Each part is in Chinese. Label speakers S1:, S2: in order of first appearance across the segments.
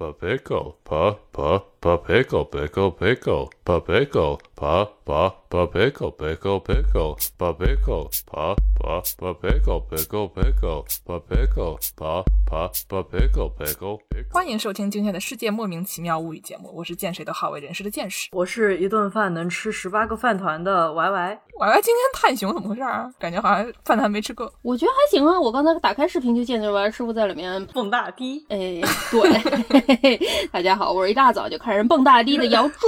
S1: Pa pickle, pa pa pa pickle, pickle pickle, pa pickle, pa pa pa pickle, pickle pickle, pa pickle, pa pa pa pickle, pickle pickle, pa pickle, pa pa pa pickle, pickle pickle.
S2: 欢迎收听今天的《世界莫名其妙物语》节目，我是见谁都好为人师的见识。
S3: 我是一顿饭能吃十八个饭团的 YY，
S2: 我要哎今天探熊怎么回事啊？感觉好像饭团没吃够。
S4: 我觉得还行啊，我刚才打开视频就见着玩师傅在里面，
S3: 蹦大滴。
S4: 哎，对， 大家好，我是一大早就看人蹦大迪的姚柱，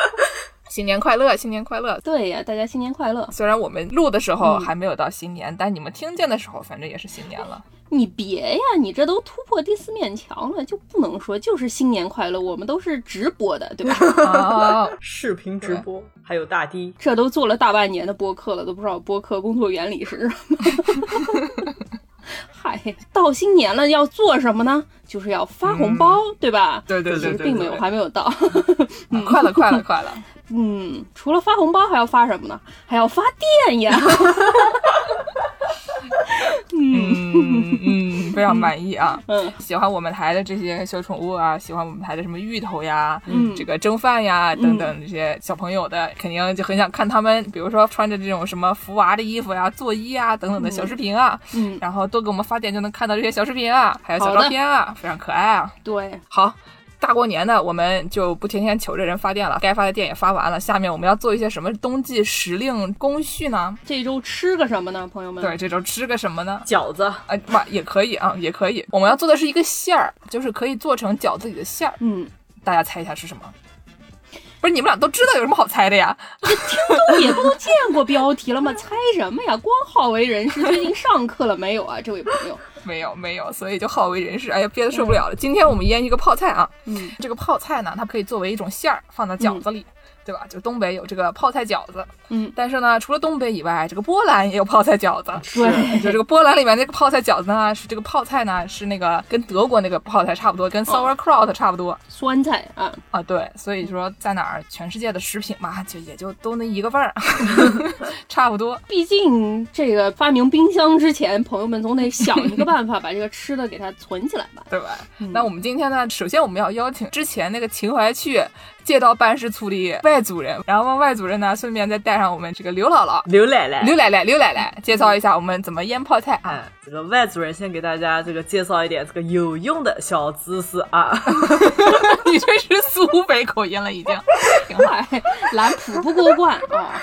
S2: 新年快乐，新年快乐！嗯
S4: 对呀，大家新年快乐！
S2: 虽然我们录的时候还没有到新年，但你们听见的时候，反正也是新年 了。
S4: 你别呀，你这都突破第四面墙了，就不能说就是新年快乐，我们都是直播的，对 吧？
S2: 哦，
S3: 视频直播，还有大滴，
S4: 这都做了大半年的播客了，都不知道播客工作原理是什么。 嗨，到新年了要做什么呢？就是要发红包，对
S2: 嗯
S4: 吧？
S2: 对对
S4: 其
S2: 对
S4: 实
S2: 对，
S4: 并没有，
S2: 对
S4: 还没有到。
S2: 啊快了，快了，快了！
S4: 嗯，除了发红包，还要发什么呢？还要发 电呀！
S2: 嗯嗯，非常满意啊。
S4: 嗯
S2: 喜欢我们台的这些小宠物啊，喜欢我们台的什么芋头呀、
S4: 嗯
S2: 这个蒸饭呀等等这些小朋友的，肯定就很想看他们，比如说穿着这种什么福娃的衣服呀、作揖啊等等的小视频啊，
S4: 嗯，
S2: 然后多给我们发点就能看到这些小视频啊，还有小
S4: 好的
S2: 照片啊，非常可爱啊。
S4: 对，
S2: 好。大过年的，我们就不天天求着人发电了，该发的电也发完了。下面我们要做一些什么冬季时令工序呢？
S4: 这周吃个什么呢，朋友们？
S2: 对，，这周吃个什么呢？
S3: 饺子，
S2: 啊，妈也可以啊，也可以。我们要做的是一个馅儿，就是可以做成饺子里的馅儿。
S4: 嗯，
S2: 大家猜一下是什么？不是你们俩都知道有什么好猜的呀？
S4: 都也不都见过标 题了吗？猜什么呀？光好为人师，最近上课了没有啊，这位朋友？
S2: 没有没有，所以就好为人师。哎呀，憋得受不了了。今天我们腌一个泡菜啊，
S4: 嗯
S2: 这个泡菜呢，它可以作为一种馅儿放到饺子里。对吧？就东北有这个泡菜饺子，
S4: 嗯，
S2: 但是呢，除了东北以外，这个波兰也有泡菜饺子。
S4: 对，
S2: 就这个波兰里面那个泡菜饺子呢，是这个泡菜呢是那个跟德国那个泡菜差不多，跟 sauerkraut 差不多。
S4: 酸菜啊，
S2: 啊，对，所以说在哪儿，全世界的食品嘛，就也就都那一个味儿，差不多。
S4: 毕竟这个发明冰箱之前，朋友们总得想一个办法把这个吃的给它存起来吧。
S2: 对吧？那我们今天呢，首先我们要邀请之前那个秦淮区街道办事处的外族人，然后外族人呢，顺便再带上我们这个刘姥姥、
S3: 刘奶奶，
S2: 刘奶奶、刘奶奶，介绍一下我们怎么腌泡菜啊。
S3: 哎，这个外族人先给大家这个介绍一点这个有用的小知识 啊。
S2: 你这是苏北口音了，已经。挺好。
S4: 哎，兰普不过关啊，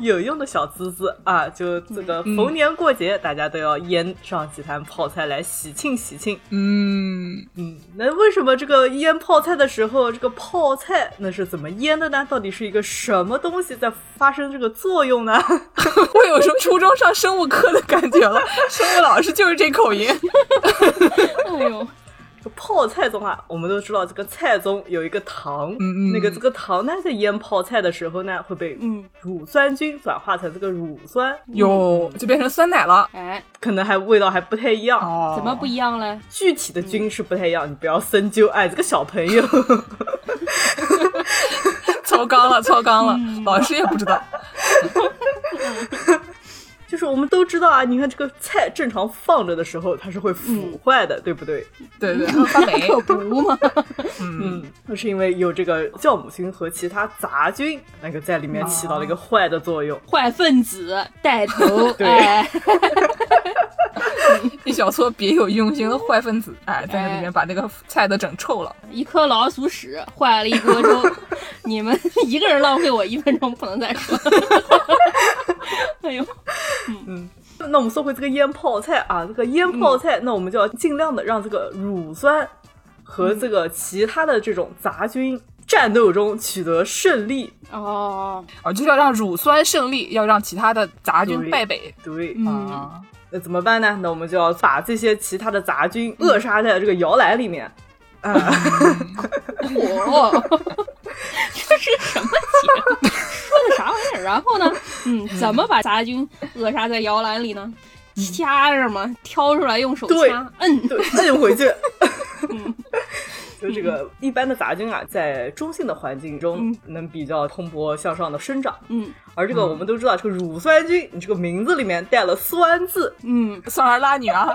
S3: 有用的小知识啊，就这个逢年过节，大家都要腌上几坛泡菜来喜庆喜庆。
S2: 嗯，
S3: 嗯，那为什么这个腌泡菜的时候，这个泡菜那是怎么腌的呢？到底是一个什么东西在发生这个作用呢？
S2: 我有时候初中上生物课的感觉了，生物老师就是这口音。
S4: 哎呦，
S3: 这个泡菜中啊，我们都知道这个菜中有一个糖，
S2: 嗯嗯
S3: 那个这个糖呢，在腌泡菜的时候呢，会被
S4: 嗯，
S3: 乳酸菌转化成这个乳酸，
S2: 哟，就变成酸奶了。
S4: 哎，
S3: 可能还味道还不太一样。
S2: 哦
S4: 怎么 不一样嘞？
S3: 具体的菌是不太一样，你不要深究。哎，这个小朋友，
S2: 超纲了，超纲了，老师也不知道。
S3: 就是我们都知道啊，你看这个菜正常放着的时候，它是会腐坏的，对不对？
S2: 对对，发霉。
S4: 可不嘛，
S3: 嗯，那是因为有这个酵母菌和其他杂菌那个在里面起到了一个坏的作用。
S4: 坏分子带头，
S3: 对
S4: 哎，
S2: 一小撮别有用心的坏分子，哎，在那里面把那个菜都整臭了。
S4: 一颗老鼠屎坏了一锅粥，你们一个人浪费我一分钟，不能再说了。哎呦，
S3: 那我们说回这个腌泡菜啊，这个腌泡
S4: 嗯
S3: 菜，那我们就要尽量的让这个乳酸和这个其他的这种杂菌战斗中取得胜利。
S4: 哦，
S2: 哦，就是要让乳酸胜利，要让其他的杂菌
S3: 对
S2: 败北。
S3: 对，
S4: 嗯，
S2: 啊，
S3: 那怎么办呢？那我们就要把这些其他的杂菌扼杀在这个摇篮里 面。
S4: 火，这是什么节目？说的啥玩意儿？然后呢，嗯，怎么把杂菌扼杀在摇篮里呢？掐着嘛，挑出来用手
S3: 对
S4: 掐，嗯摁，
S3: 对，摁回去。
S4: 嗯
S3: 就这个一般的杂菌啊，在中性的环境中能比较蓬勃向上的生长，
S4: 嗯
S3: 而这个我们都知道，这个乳酸菌，你这个名字里面带了“酸”字，
S4: 嗯
S2: 酸儿拉女啊，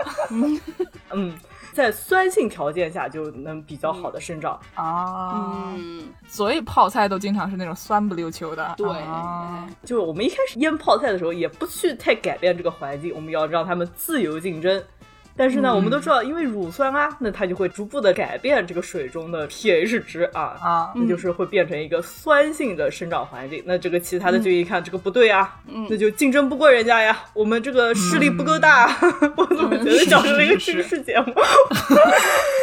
S3: 嗯，在酸性条件下就能比较
S2: 嗯
S3: 好的生长。
S2: 啊，
S4: 嗯，
S2: 所以泡菜都经常是那种酸不溜秋的。
S4: 对，
S2: 啊
S4: 哎
S3: 就是我们一开始腌泡菜的时候，也不去太改变这个环境，我们要让它们自由竞争。但是呢，
S2: 嗯
S3: 我们都知道，因为乳酸啊，那它就会逐步的改变这个水中的 pH 值啊，
S2: 啊，
S3: 那就是会变成一个酸性的生长环境。那这个其他的
S2: 嗯
S3: 就一看、这个不对啊，
S4: 嗯
S3: 那就竞争不过人家呀，我们这个势力不够大。 我怎么觉得讲成了一个
S2: 嗯是
S3: 军
S2: 是
S3: 事啊节目？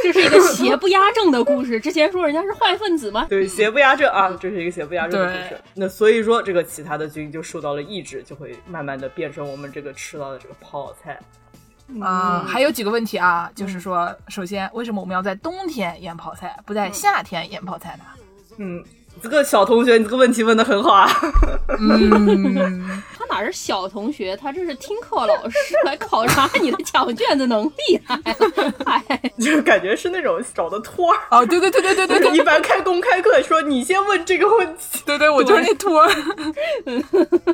S4: 这是一个邪不压正的故事。之前说人家是坏分子吗？
S3: 对，邪不压正啊，这是一个邪不压正的故
S2: 嗯对
S3: 事。那所以说，这个其他的菌就受到了抑制，就会慢慢的变成我们这个吃到的这个泡菜。
S2: 啊，还有几个问题啊，就是说，首先，为什么我们要在冬天腌泡菜，不在夏天腌泡菜呢？
S3: 嗯，这个小同学，你这个问题问的很好啊。
S2: 嗯，
S4: 他哪是小同学，他这是听课老师来考察你的抢卷子能力。哎，哎
S3: 就是感觉是那种找的托儿，
S2: 哦，对对对对对
S3: 就
S2: 对
S3: 是
S2: 对
S3: 一般开公开课说你先问这个问 题。
S2: 对对，我就是那托儿。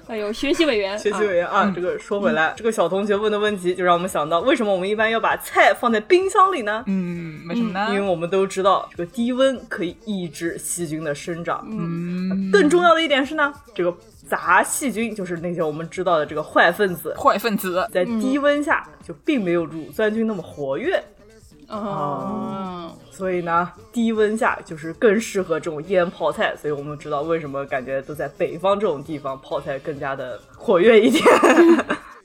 S4: 哎呦，学习委员，
S3: 学习委员
S2: 嗯
S3: 啊，这个说回来，这个小同学问的问题，就让我们想到，为什么我们一般要把菜放在冰箱里呢？
S2: 嗯，为什么
S3: 因为
S2: 呢？
S3: 我们都知道，这个低温可以抑制细菌的生长。
S2: 嗯，
S3: 更重要的一点是呢，这个杂细菌，就是那些我们知道的这个坏分子，
S2: 坏分子。
S3: 在低温下就并没有乳酸菌那么活跃，
S4: 啊，
S3: 所以呢，低温下就是更适合这种腌泡菜。所以我们知道为什么感觉都在北方这种地方泡菜更加的活跃一点。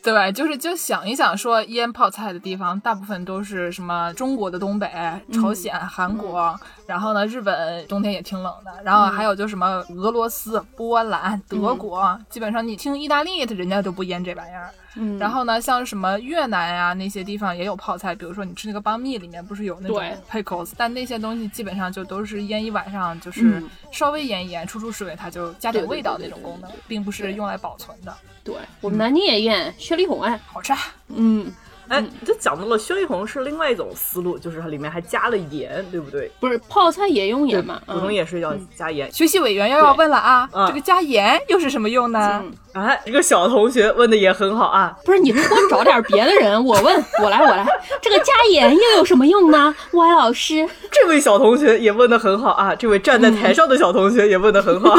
S2: 对，就是就想一想，说腌泡菜的地方，大部分都是什么中国的东北、
S4: 嗯
S2: 朝鲜、韩国，然后呢，日本冬天也挺冷的，然后
S4: 嗯
S2: 还有就什么俄罗斯、波兰、德国，基本上你听意大利，人家都不腌这玩意儿。
S4: 嗯
S2: 然后呢，像什么越南呀、那些地方也有泡菜，比如说你吃那个邦蜜里面不是有那种
S4: 对
S2: pickles，但那些东西基本上就都是腌一晚上，就是
S4: 嗯
S2: 稍微腌一腌，出出水，它就加点
S4: 对对
S2: 味道那
S4: 对对
S2: 种
S4: 对
S2: 功能
S4: 对，
S2: 并不是用来保存的。
S4: 对我们南京也验薛里红哎，
S2: 好吃啊，
S4: 嗯，
S3: 哎，这讲到了薛里红是另外一种思路，就是它里面还加了盐，对不对？
S4: 不是泡菜也用盐嘛，嗯
S3: 普通也是要加盐。
S2: 学习委员又要
S4: 对
S2: 问了啊
S3: 嗯，
S2: 这个加盐又是什么用呢？
S4: 嗯，
S3: 哎，这个小同学问的也很好啊，
S4: 不是你多找点别的人，我问我来我来，这个加盐又有什么用呢？ 歪老师，
S3: 这位小同学也问的很好啊，这位站在台上的小同学也问的很好。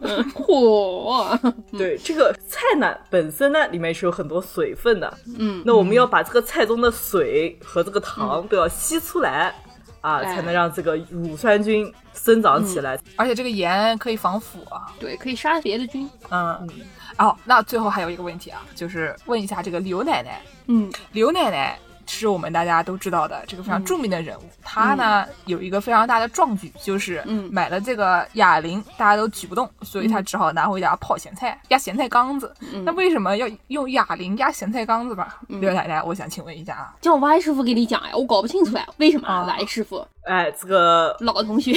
S4: 嗯嚯，
S3: 对，这个菜呢本身呢里面是有很多水分的，
S4: 嗯，
S3: 那我们要把这个菜中的水和这个糖都要吸出来。啊，
S4: 哎
S3: 才能让这个乳酸菌生长起来。
S2: 而且这个盐可以防腐啊。
S4: 对，可以杀别的菌，
S2: 嗯，哦，那最后还有一个问题啊，就是问一下这个刘奶奶，
S4: 嗯
S2: 刘奶奶是我们大家都知道的这个非常著名的人物。她呢有一个非常大的壮举，就是
S4: 嗯
S2: 买了这个哑铃，大家都举不动，所以她只好拿回家泡咸菜，压咸菜缸子。
S4: 嗯
S2: 那为什么要用哑铃压咸菜缸子吧？刘奶奶，我想请问一下啊，
S4: 叫歪师傅给你讲呀，我搞不清楚呀，为什么啊
S2: 啊
S4: 歪师傅
S3: 哎，这个
S4: 老同学，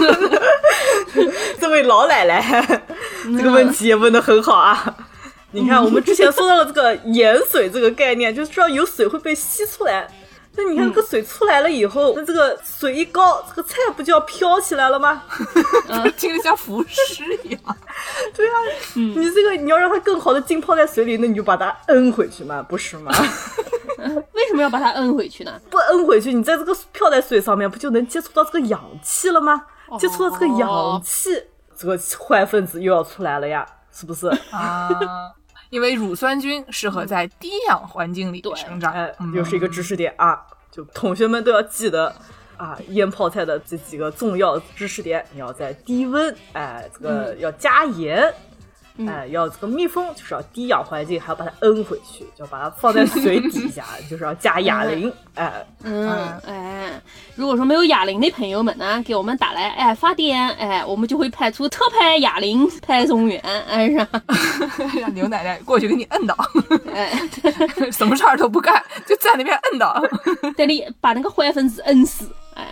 S3: 这位老奶奶，这个问题也问的很好啊。你看，我们之前说到了这个盐水这个概念，就知道有水会被吸出来。那你看，这个水出来了以后，那这个水一高，这个菜不就要飘起来了吗？
S2: 听着像浮尸一样。
S3: 对啊，你这个你要让它更好的浸泡在水里，那你就把它摁回去嘛，不是吗？
S4: 为什么要把它摁回去呢？
S3: 不摁回去，你在这个漂在水上面，不就能接触到这个氧气了吗？接触到这个氧气，这个坏分子又要出来了呀，是不是？
S2: 啊，因为乳酸菌适合在低氧环境里
S4: 对
S2: 生长。
S3: 哎
S2: 嗯，
S3: 又是一个知识点啊，就同学们都要记得啊，腌泡菜的这几个重要知识点，你要在低温，哎，这个要加盐。哎，要这个密封，就是要低氧环境，还要把它摁回去，就要把它放在水底下，就是要加哑铃。哎，
S4: 嗯
S2: 嗯，
S4: 哎，如果说没有哑铃的朋友们呢，给我们打来，哎，发电，哎，我们就会派出特派哑铃派送员，哎是吧？
S2: 让刘奶奶过去给你 摁倒，
S4: 哎，
S2: 什么事儿都不干，就在那边摁 倒。
S4: 带你把那个坏分子摁死，哎，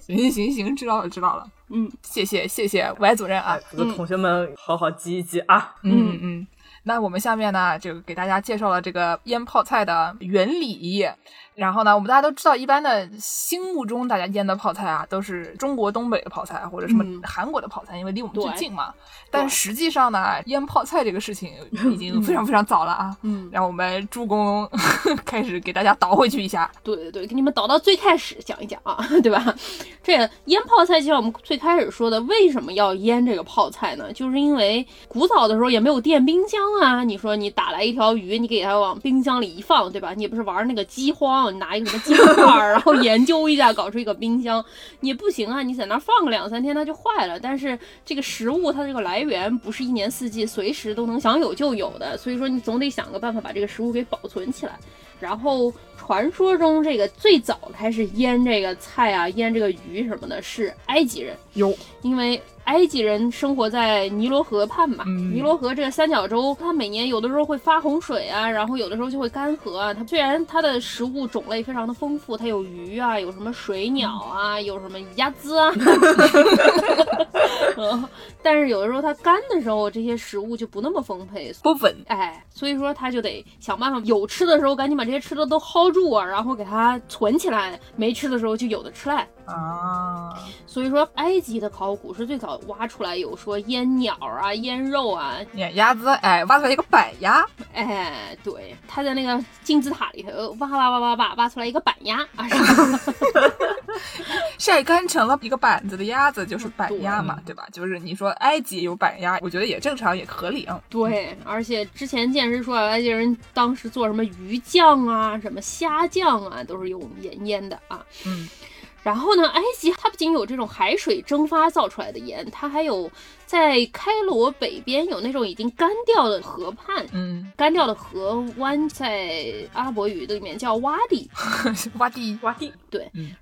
S2: 行行行，知道了知道了。
S4: 嗯，
S3: 哎
S2: 谢谢谢谢歪主任啊。
S3: 这个同学们好好记一记啊。
S2: 嗯嗯。那我们下面呢，就给大家介绍了这个腌泡菜的原理。然后呢，我们大家都知道，一般的心目中大家腌的泡菜啊，都是中国东北的泡菜啊或者什么
S4: 嗯
S2: 韩国的泡菜，因为离我们最
S4: 对
S2: 近嘛。但实际上呢，腌泡菜这个事情已 经非常非常早了啊。
S4: 嗯，
S2: 让我们助攻 开始给大家倒回去一下。
S4: 对对对，给你们倒到最开始讲一讲啊， 对吧？这个腌泡菜，就像我们最开始说的，为什么要腌这个泡菜呢？就是因为古早的时候也没有电冰箱啊。你说你打来一条鱼，你给它往冰箱里一放，对吧？你也不是玩那个饥荒，你拿一个什么金块儿， 然后研究一下搞出一个冰箱，你也不行啊。你在那儿放个两三天，它就坏了。但是这个食物它这个来源不是一年四季随时都能想有就有的，所以说你总得想个办法把这个食物给保存起来。然后传说中这个最早开始腌这个菜啊，腌这个鱼什么的，是埃及人。
S2: 有，
S4: 因为埃及人生活在尼罗河畔嘛，
S2: 嗯
S4: 尼罗河这个三角洲，它每年有的时候会发洪水啊，然后有的时候就会干涸啊。它虽然它的食物种类非常的丰富，它有鱼啊，有什么水鸟啊，
S2: 嗯
S4: 有什么鸭 子啊， 嗯但是有的时候它干的时候，这些食物就不那么丰沛，
S2: 不稳，
S4: 哎，所以说他就得想办法，有吃的时候赶紧把这些吃的都薅住啊，然后给它存起来；没吃的时候就有的吃来。
S2: 啊，
S4: 所以说，埃及的考古是最早挖出来有说腌鸟啊、腌肉啊，
S2: 眼鸭子，哎，挖出来一个板鸭，
S4: 哎，对，他在那个金字塔里头挖挖挖挖挖挖出来一个板鸭啊，是吧
S2: 晒干成了一个板子的鸭子，就是板鸭嘛，嗯对吧？就是你说埃及有板鸭，我觉得也正常，也合理啊。
S4: 对，而且之前见识说埃及人当时做什么鱼酱啊、什么虾酱啊，都是用盐腌的啊。
S2: 嗯，
S4: 然后呢，埃及它不仅有这种海水蒸发造出来的盐，它还有在开罗北边有那种已经干掉的河畔。
S2: 嗯，
S4: 干掉的河湾在阿拉伯语里面叫洼地，
S2: 嗯 挖地，
S3: 挖地，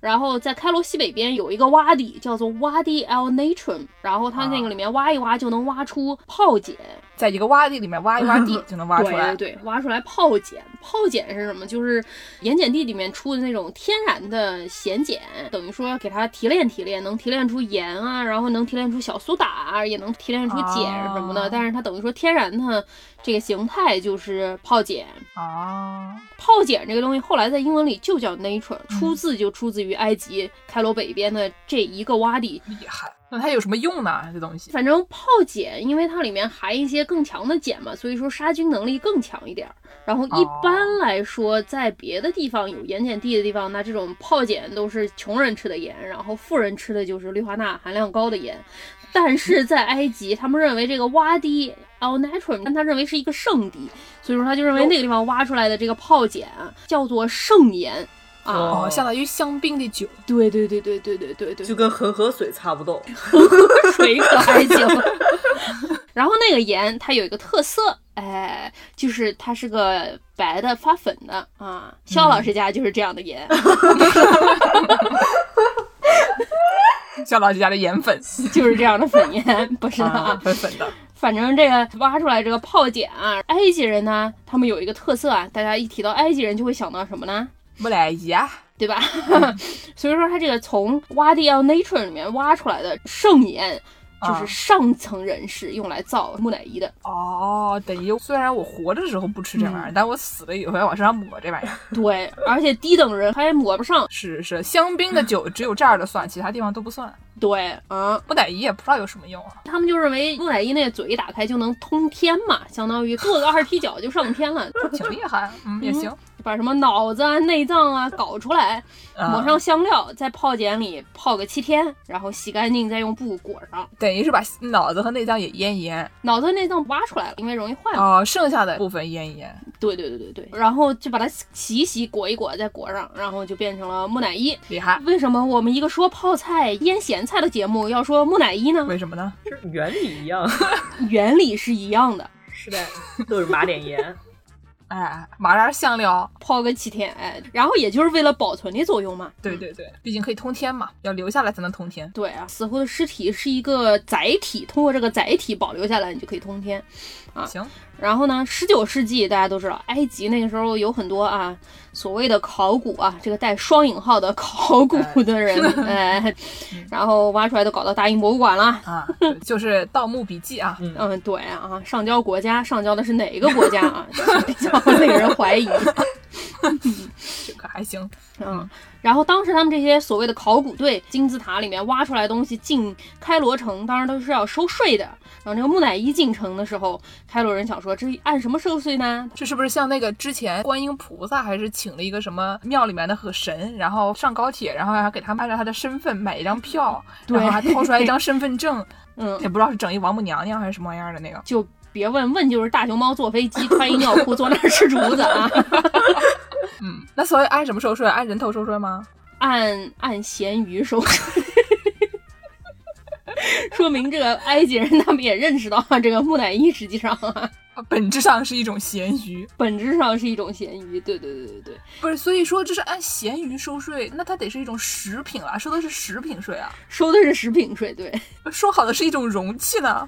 S4: 然后在开罗西北边有一个洼地叫做洼地 El Natrum，然后它那个里面挖一挖就能挖出泡碱，
S2: 在一个洼地里面挖一挖地就能挖出来
S4: 对。对对，挖出来泡碱。泡碱是什么？就是盐碱地里面出的那种天然的咸碱，等于说给它提炼提炼，能提炼出盐啊，然后能提炼出小苏打啊，也能提炼出碱什么的。
S2: 哦
S4: 但是它等于说天然的这个形态就是泡碱。
S2: 啊，
S4: 泡碱这个东西后来在英文里就叫 nature，出
S2: 嗯
S4: 自就出自于埃及开罗北边的这一个洼地，
S2: 厉害！那它有什么用呢？这东西
S4: 反正泡碱，因为它里面含一些更强的碱嘛，所以说杀菌能力更强一点儿。然后一
S2: 哦
S4: 般来说，在别的地方有盐碱地的地方，那这种泡碱都是穷人吃的盐，然后富人吃的就是氯化钠含量高的盐。但是在埃及，他们认为这个洼地 El Natrum，但他认为是一个圣地，所以说他就认为那个地方挖出来的这个泡碱啊叫做圣盐啊。
S3: 哦
S2: 哦，相当于香槟的酒，
S4: 对对对对对对对对，
S3: 就跟恒河水差不多。
S4: 水可爱情。然后那个盐它有一个特色，哎，就是它是个白的发粉的啊。肖老师家就是这样的盐，
S2: 肖老师家的盐粉
S4: 就是这样的粉盐，不是的
S2: 啊，
S4: 啊。
S2: 粉粉的。
S4: 反正这个挖出来这个泡碱啊，埃及人呢，他们有一个特色啊，大家一提到埃及人就会想到什么呢？
S2: 木乃伊啊，
S4: 对吧？ 所以说它这个从挖地 El Nature 里面挖出来的圣盐，就是
S2: 啊
S4: 上层人士用来造木乃伊的。
S2: 哦，等于虽然我活着的时候不吃这玩意儿，但我死了以后要往身上抹这玩意 儿。
S4: 对，而且低等人还抹不上。
S2: 是是，香槟的酒只有这儿的算，其他地方都不算。
S4: 对，嗯，
S2: 木乃伊也不知道有什么用啊。
S4: 他们就认为木乃伊那嘴一打开就能通天嘛，相当于跺个二踢脚就上 天了，
S2: 挺厉害，嗯，也行。
S4: 把什么脑子啊、内脏啊搞出来，
S2: 啊
S4: 抹上香料，在泡碱里泡个七天，然后洗干净，再用布裹上。
S2: 等于是把脑子和内脏也腌一腌，
S4: 脑子内脏挖出来了，因为容易坏嘛。
S2: 哦，剩下的部分腌一腌。
S4: 对对对对对，然后就把它洗一洗、裹一裹，再裹上，然后就变成了木乃伊。
S2: 厉害，
S4: 为什么我们一个说泡菜、腌咸菜的节目要说木乃伊呢？
S2: 为什么呢？
S3: 就是原理一样。
S4: 原理是一样的，
S3: 是的，都是马脸盐。
S2: 哎，麻辣香料，
S4: 泡个七天，哎，然后也就是为了保存的作用嘛。
S2: 对对对，毕竟可以通天嘛，要留下来才能通天。
S4: 对啊，死后的尸体是一个载体，通过这个载体保留下来，你就可以通天。
S2: 行，
S4: 然后呢，十九世纪大家都知道，埃及那个时候有很多啊所谓的考古啊，这个带双引号的 考古的人，哎，然后挖出来都搞到大英博物馆了。
S2: 啊，对 就是《盗墓笔记》啊，
S4: 嗯，对啊，上交国家，上交的是哪个国家啊？ 比较令人怀疑。
S2: 这个还行。
S4: 嗯，然后当时他们这些所谓的考古队，金字塔里面挖出来的东西进开罗城，当然都是要收税的。然后这个木乃伊进城的时候，开罗人想说，这按什么收税呢？
S2: 这是不是像那个之前观音菩萨还是请了一个什么庙里面的和神，然后上高铁，然后还给他们按照他的身份买一张 票，
S4: 对
S2: 然后还掏出来一张身份 证，
S4: 嗯，
S2: 也不知道是整一王母娘娘还是什么玩意儿的那个。
S4: 就别问，问就是大熊猫坐飞机，穿一尿裤，坐那儿吃竹子啊，
S2: 嗯，那所以按什么收税？按人头收税吗？
S4: 按按咸鱼收税。说明这个埃及人他们也认识到啊，这个木乃伊实际上啊，
S2: 本质上是一种咸鱼，
S4: 本质上是一种咸鱼。对对对对对，
S2: 不是？所以说这是按咸鱼收税，那它得是一种食品啦，收的是食品税啊。
S4: 收的是食品税。对，
S2: 说好的是一种容器呢？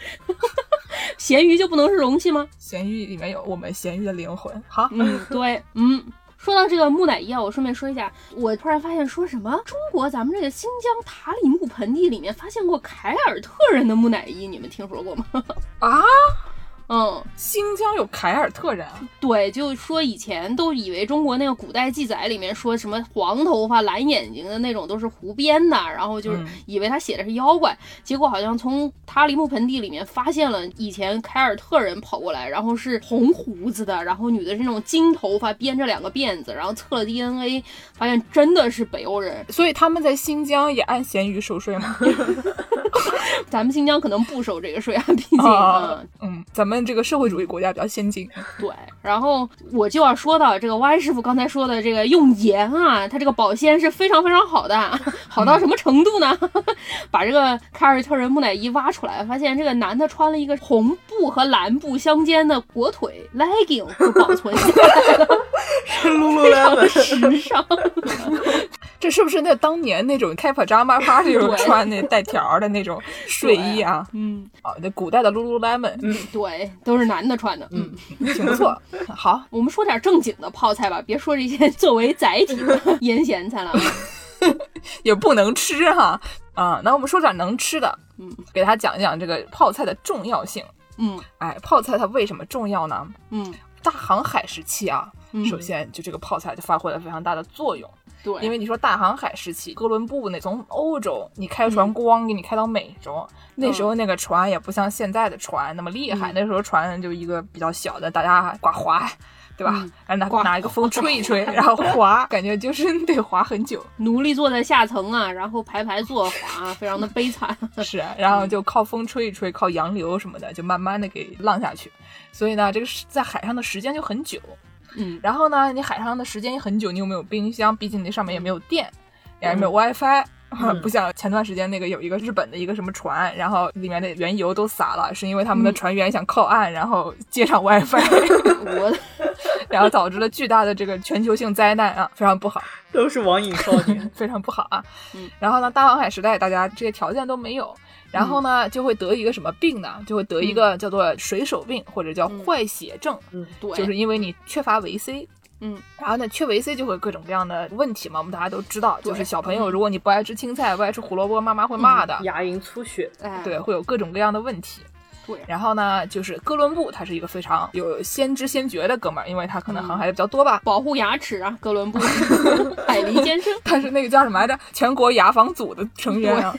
S4: 咸鱼就不能是容器吗？
S2: 咸鱼里面有我们咸鱼的灵魂。好，
S4: 嗯，对，嗯。说到这个木乃伊啊，我顺便说一下，我突然发现说什么中国咱们这个新疆塔里木盆地里面发现过凯尔特人的木乃伊，你们听说过吗？
S2: 啊，
S4: 嗯，
S2: 新疆有凯尔特人啊，
S4: 对，就说以前都以为中国那个古代记载里面说什么黄头发、蓝眼睛的那种都是胡编的，然后就是
S2: 嗯
S4: 以为他写的是妖怪，结果好像从塔里木盆地里面发现了以前凯尔特人跑过来，然后是红胡子的，然后女的是那种金头发编着两个辫子，然后测了 DNA，发现真的是北欧人。
S2: 所以他们在新疆也按咸鱼收税吗？
S4: 咱们新疆可能不收这个税啊，毕竟、
S2: 哦
S4: 嗯，
S2: 嗯，咱们这个社会主义国家比较先进。啊
S4: 对，然后我就要说到这个歪师傅刚才说的这个用盐啊，它这个保鲜是非常非常好的， 好到什么程度呢？ 把这个凯尔特人木乃伊挖出来，发现这个男的穿了一个红布和蓝布相间的裹腿 legging，就保存下来了，
S3: 露露
S4: 非常
S3: level
S4: 时尚。
S2: 这是不是那当年那种开 pajama party 时候穿那带条儿的那种睡衣啊？
S4: 嗯，
S2: 哦，那古代的 lululemon
S4: 对，都是男的穿的。嗯，
S2: 挺不错。好，
S4: 我们说点正经的泡菜吧，别说这些 作为载体的 腌咸菜了。
S2: 也不能吃哈啊。那我们说点能吃的，
S4: 嗯，
S2: 给大家讲一讲这个泡菜的重要性。
S4: 嗯
S2: 哎，泡菜它为什么重要呢？
S4: 嗯，
S2: 大航海时期啊，
S4: 嗯
S2: 首先就这个泡菜就发挥了非常大的作用，
S4: 对，
S2: 因为你说大航海时期，哥伦布那从欧洲你开
S4: 嗯
S2: 船咣给你开到美洲，那时候那个船也不像现在的船那么厉害，
S4: 嗯
S2: 那时候船就一个比较小的，大家挂划，对吧？
S4: 嗯
S2: 然后拿
S4: 挂
S2: 拿一个风吹一吹，然后划，感觉就是 得划很久。
S4: 奴隶坐在下层啊，然后排排坐滑，非常的悲 惨。
S2: 是，啊然后就靠风吹一吹，靠洋流什么的，就慢慢的给浪下去。所以呢，这个是在海上的时间就很久。
S4: 嗯，
S2: 然后呢，你海上的时间也很久，你又没有冰箱，毕竟那上面也没有电，也没有 WiFi，、不 像前段时间那个有一个日本的一个什么船，然后里面的原油都洒了，是因为他们的
S4: 嗯
S2: 船员想靠岸，然后接上 WiFi，
S4: 我的
S2: 然后导致了巨大的这个全球性灾难啊，非常不好。，
S3: 都是网瘾少年
S2: 非常不好啊。
S4: 嗯
S2: 然后呢，大航海时代大家这些条件都没有，然后
S4: 嗯
S2: 呢就会得一个什么病呢？就会得一个叫做水手病或者叫
S4: 嗯
S2: 坏血症，
S4: 对，
S2: 就是因为你缺乏维 C。
S4: 嗯，
S2: 然后呢，缺维 C 就会有各种各样的问题嘛，我们大家都知道，
S4: 对嗯
S2: 就是小朋友如果你不爱吃青菜，不爱吃胡萝卜，妈妈会骂的，
S3: 牙龈出血，
S4: 哎，
S2: 对，会有各种各样的问题。
S4: 对
S2: 然后呢，就是哥伦布，他是一个非常有先知先觉的哥们儿，因为他可
S4: 嗯
S2: 能航海的比较多吧，
S4: 保护牙齿啊，哥 伦布，海狸先生。
S2: 他是那个叫什么来着，全国牙防组的成员啊。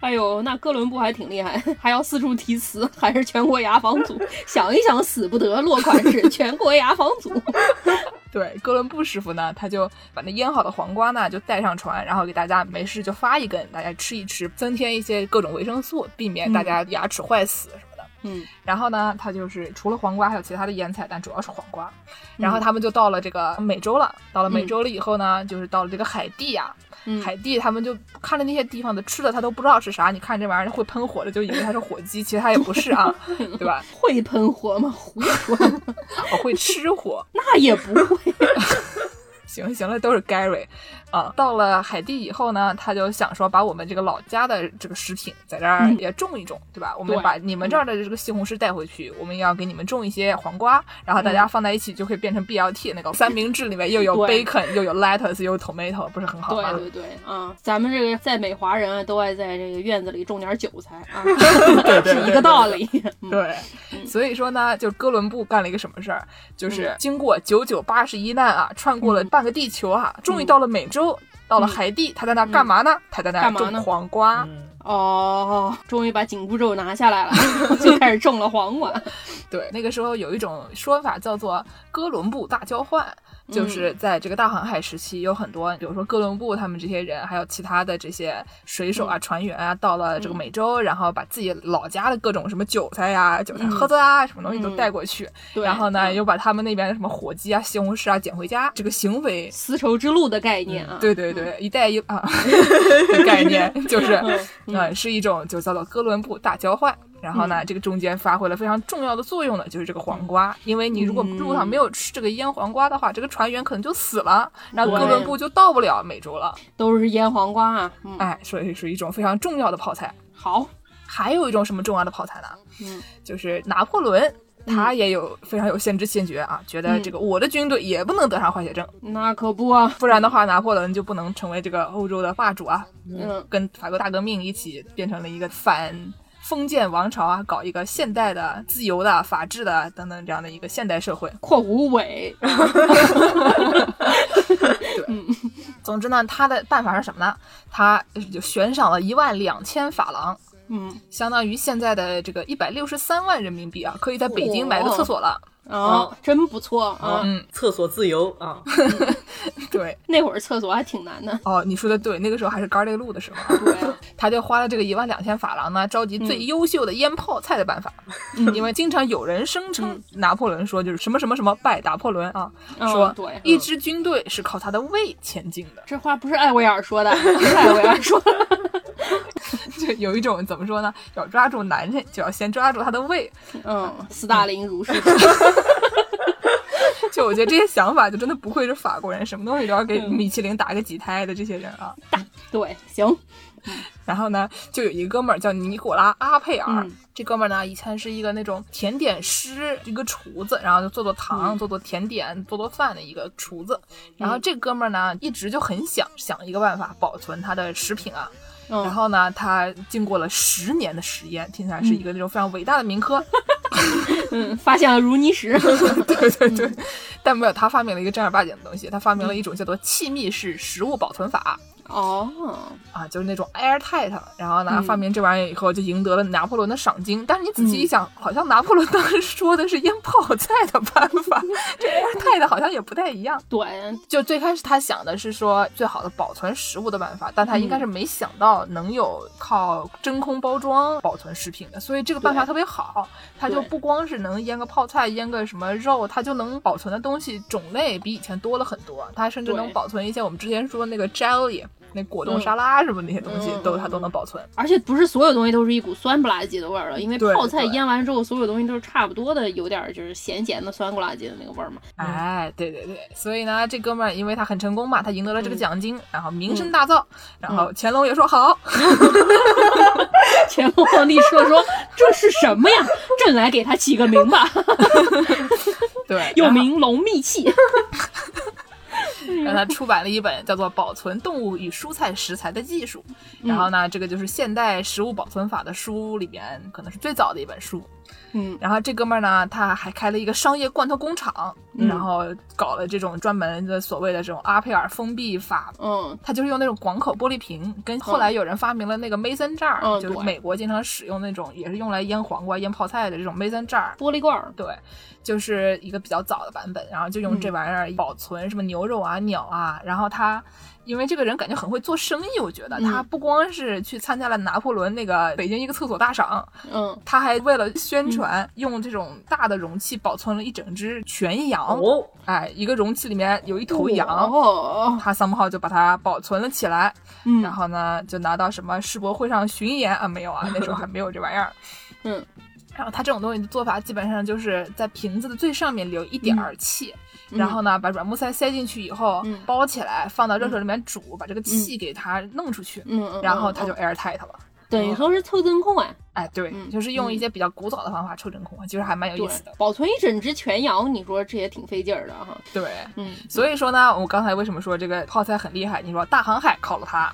S4: 哎呦，那哥伦布还挺厉害， 还要四处题词，还是全国牙防 组。想一想，死不得，落款是全国牙防 组。
S2: 对，哥伦布师傅呢，他就把那腌好的黄瓜呢，就带上船，然后给大家没事就发一根，大家吃一吃，增添一些各种维生素，避免大家牙齿坏死什么的。
S4: 嗯
S2: 然后呢，他就是除了黄瓜，还有其他的腌菜，但主要是黄瓜。然后他们就到了这个美洲了，到了美洲了以后呢，就是到了这个海地呀、
S4: 嗯，
S2: 海地他们就看着那些地方的吃的，他都不知道是啥。你看这玩意儿会喷火的，就以为它是火鸡，其实它也不是啊，对吧？
S4: 会喷 火吗？胡说，
S2: 我会吃火。
S4: 那也不会。
S2: 行行了，都是 Gary。啊。到了海地以后呢，他就想说把我们这个老家的这个食品在这儿
S4: 嗯
S2: 也种一种，对吧？我们
S4: 对嗯
S2: 把你们这儿的这个西红柿带回去，我们也要给你们种一些黄瓜，然后大家放在一起就可以变成 BLT 那个三明治，里面又有
S4: 嗯对
S2: bacon 又有 lettuce 又有 tomato，不是很好吗
S4: 对？对对，啊，咱们这个在美华人啊，都爱在这个院子里种点韭菜 啊，是一个道理。嗯嗯
S2: 对，所以说呢，就哥伦布干了一个什么事儿，就是经过九九八十一难啊，穿过了半个地球啊，终
S4: 嗯
S2: 于到了美洲，到了海地，他在那儿干嘛呢？他在那儿
S4: 干嘛呢嗯
S2: 种黄瓜。
S3: 嗯
S4: 哦，终于把紧箍咒拿下来 了，就开始种了黄瓜。
S2: 对，那个时候有一种说法叫做哥伦布大交换。
S4: 嗯
S2: 就是在这个大航海时期，有很多，比如说哥伦布他们这些人，还有其他的这些水手
S4: 嗯
S2: 啊、船员啊，到了这个美洲，然后把自己老家的各种什么韭菜呀、韭菜
S4: 嗯
S2: 盒子啊、什么东西都
S4: 嗯
S2: 带过去，
S4: 对，
S2: 然后呢，
S4: 嗯
S2: 又把他们那边的什么火鸡啊、西红柿啊捡回家，这个行为，
S4: 丝绸之路的概念啊，
S2: 嗯对对对，一带一啊 的概念， 就是
S4: 嗯嗯
S2: 嗯，是一种就叫做哥伦布大交换。然后呢，这个中间发挥了非常重要的作用的就是这个黄瓜，因为你如果路
S4: 嗯
S2: 上没有吃这个腌黄瓜的话，这个船员可能就死了，然后哥
S4: 对
S2: 伦布就到不了美洲了。
S4: 都是腌黄瓜啊。嗯，
S2: 哎，所以是一种非常重要的泡菜。
S4: 好，
S2: 还有一种什么重要的泡菜呢？
S4: 嗯，
S2: 就是拿破仑。他也有非常有先知先觉啊，觉
S4: 嗯
S2: 得这个我的军队也不能得上坏血症，
S4: 那可不啊。
S2: 不然的话，拿破仑就不能成为这个欧洲的霸主啊，
S4: 嗯，
S2: 跟法国大革命一起变成了一个反封建王朝啊，搞一个现代的、自由的、法治的等等这样的一个现代社会。
S4: 括弧 尾，
S2: 总之呢，他的办法是什么呢？他就悬赏了一万两千法郎，
S4: 嗯，
S2: 相当于现在的这个一百六十三万人民币啊，可以在北京买个厕所了。
S4: 啊，真不错啊。
S2: 嗯，
S3: 厕所自由啊，
S2: 对，
S4: 那会儿厕所还挺 难的。
S2: 哦，你说的对，那个时候还是杆儿内路的时候啊。
S4: 对啊，
S2: 他就花了这个一万两千法郎呢，召集最优秀的腌泡菜的办法，因为经常有人声称拿破仑说就是什么什么什么拜拿破仑啊，
S4: 嗯
S2: 说
S4: 对
S2: 一支军队是靠他的胃前进 的，
S4: 这话不是艾薇儿说的， 不是艾薇儿 说的。
S2: 就有一种怎么说呢，要抓住男人就要先抓住他的胃，
S4: 嗯，斯大林如是说。
S2: 嗯就我觉得这些想法就真的不愧是法国人，什么东西都要给米其林打个几胎的这些人啊。
S4: 对，行，
S2: 然后呢，就有一哥们儿叫尼古拉·阿佩尔，
S4: 嗯
S2: 这哥们儿呢以前是一个那种甜点师，一个厨子，然后就做做糖、做做甜点、做做饭的一个厨子。然后这哥们儿呢一直就很想想一个办法保存他的食品啊。
S4: 嗯，
S2: 然后呢，他经过了十年的实验，听起来是一个那种非常伟大的民科。
S4: 嗯，发现了如泥石，
S2: 对对对， 但没有他发明了一个正儿八经的东西，他发明了一种叫做气密式食物保存法。
S4: 哦，
S2: 啊，就是那种 airtight，然后呢，
S4: 嗯
S2: 发明这玩意儿以后就赢得了拿破仑的赏金。但是你仔细一想，好像拿破仑当时说的是腌泡菜的办法， 这 airtight 好像也不太一样。
S4: 对，
S2: 就最开始他想的是说最好的保存食物的办法，但他
S4: 嗯
S2: 应该是没想到能有靠真空包装保存食品的，所以这个办法
S4: 对
S2: 特别好，它就
S4: 对
S2: 不光是能腌个泡菜，腌个什么肉，它就能保存的东西种类比以前多了很多，它甚至
S4: 对
S2: 能保存一些我们之前说那个 jelly。那果冻沙拉什么那些东西
S4: 嗯
S2: 都
S4: 嗯
S2: 它都能保存，
S4: 而且不是所有东西都是一股酸不拉几的味儿了，因为
S2: 对
S4: 泡菜
S2: 对
S4: 腌完之后，所有东西都是差不多的，有点儿就是咸咸的、酸不拉几的那个味儿嘛。
S2: 哎，对对对，所以呢，这哥们儿因为他很成功嘛，他赢得
S4: 嗯
S2: 了这个奖金，然后名声大噪，然后乾隆也说好，
S4: 乾隆皇帝说说这是什么呀？朕来给他起个名吧，
S2: 对，
S4: 又
S2: 然后
S4: 名龙秘器。
S2: 让他出版了一本叫做《保存动物与蔬菜食材的技术》，
S4: 嗯
S2: 然后呢，这个就是现代食物保存法的书里边可能是最早的一本书。
S4: 嗯
S2: 然后这哥们儿呢，他还开了一个商业罐头工厂，
S4: 嗯
S2: 然后搞了这种专门的所谓的这种阿佩尔封闭法。
S4: 嗯
S2: 他就是用那种广口玻璃瓶，跟后来有人发明了那个 mason jar，、
S4: 嗯
S2: 就是
S4: 对
S2: 美国经常使用那种，也是用来腌黄瓜、腌泡菜的这种 mason jar。
S4: 玻璃罐儿，
S2: 对，就是一个比较早的版本，然后就用这玩意儿保存什么牛肉啊、鸟啊，然后他。因为这个人感觉很会做生意，我觉得、
S4: 嗯
S2: 他不光是去参加了拿破仑那个北京一个厕所大赏，
S4: 嗯，
S2: 他还为了宣传、用这种大的容器保存了一整只全羊，
S3: 哦，
S2: 哎，一个容器里面有一头羊，
S4: 哦，
S2: 他 somehow 就把它保存了起来，
S4: 嗯，
S2: 然后呢，就拿到什么世博会上巡演啊？没有 啊，那时候还没有这玩意儿。
S4: 嗯。
S2: 然后它这种东西的做法，基本上就是在瓶子的最上面留一点儿气，然后呢把软木塞塞进去以后
S4: 嗯
S2: 包起来，放到热水里面煮，把这个气给它弄出去，
S4: 嗯，嗯
S2: 然后它
S4: 嗯
S2: 就 airtight 了。
S4: 等于说是凑真空啊，
S2: 哎，对，
S4: 嗯
S2: 就是用一些比较古早的方法抽真空，其实还蛮有
S4: 对
S2: 意思的，。
S4: 保存一整只全羊，你说这也挺费劲儿的哈。
S2: 对，
S4: 嗯，
S2: 所以说呢，我刚才为什么说这个泡菜很厉害？你说大航海靠了它。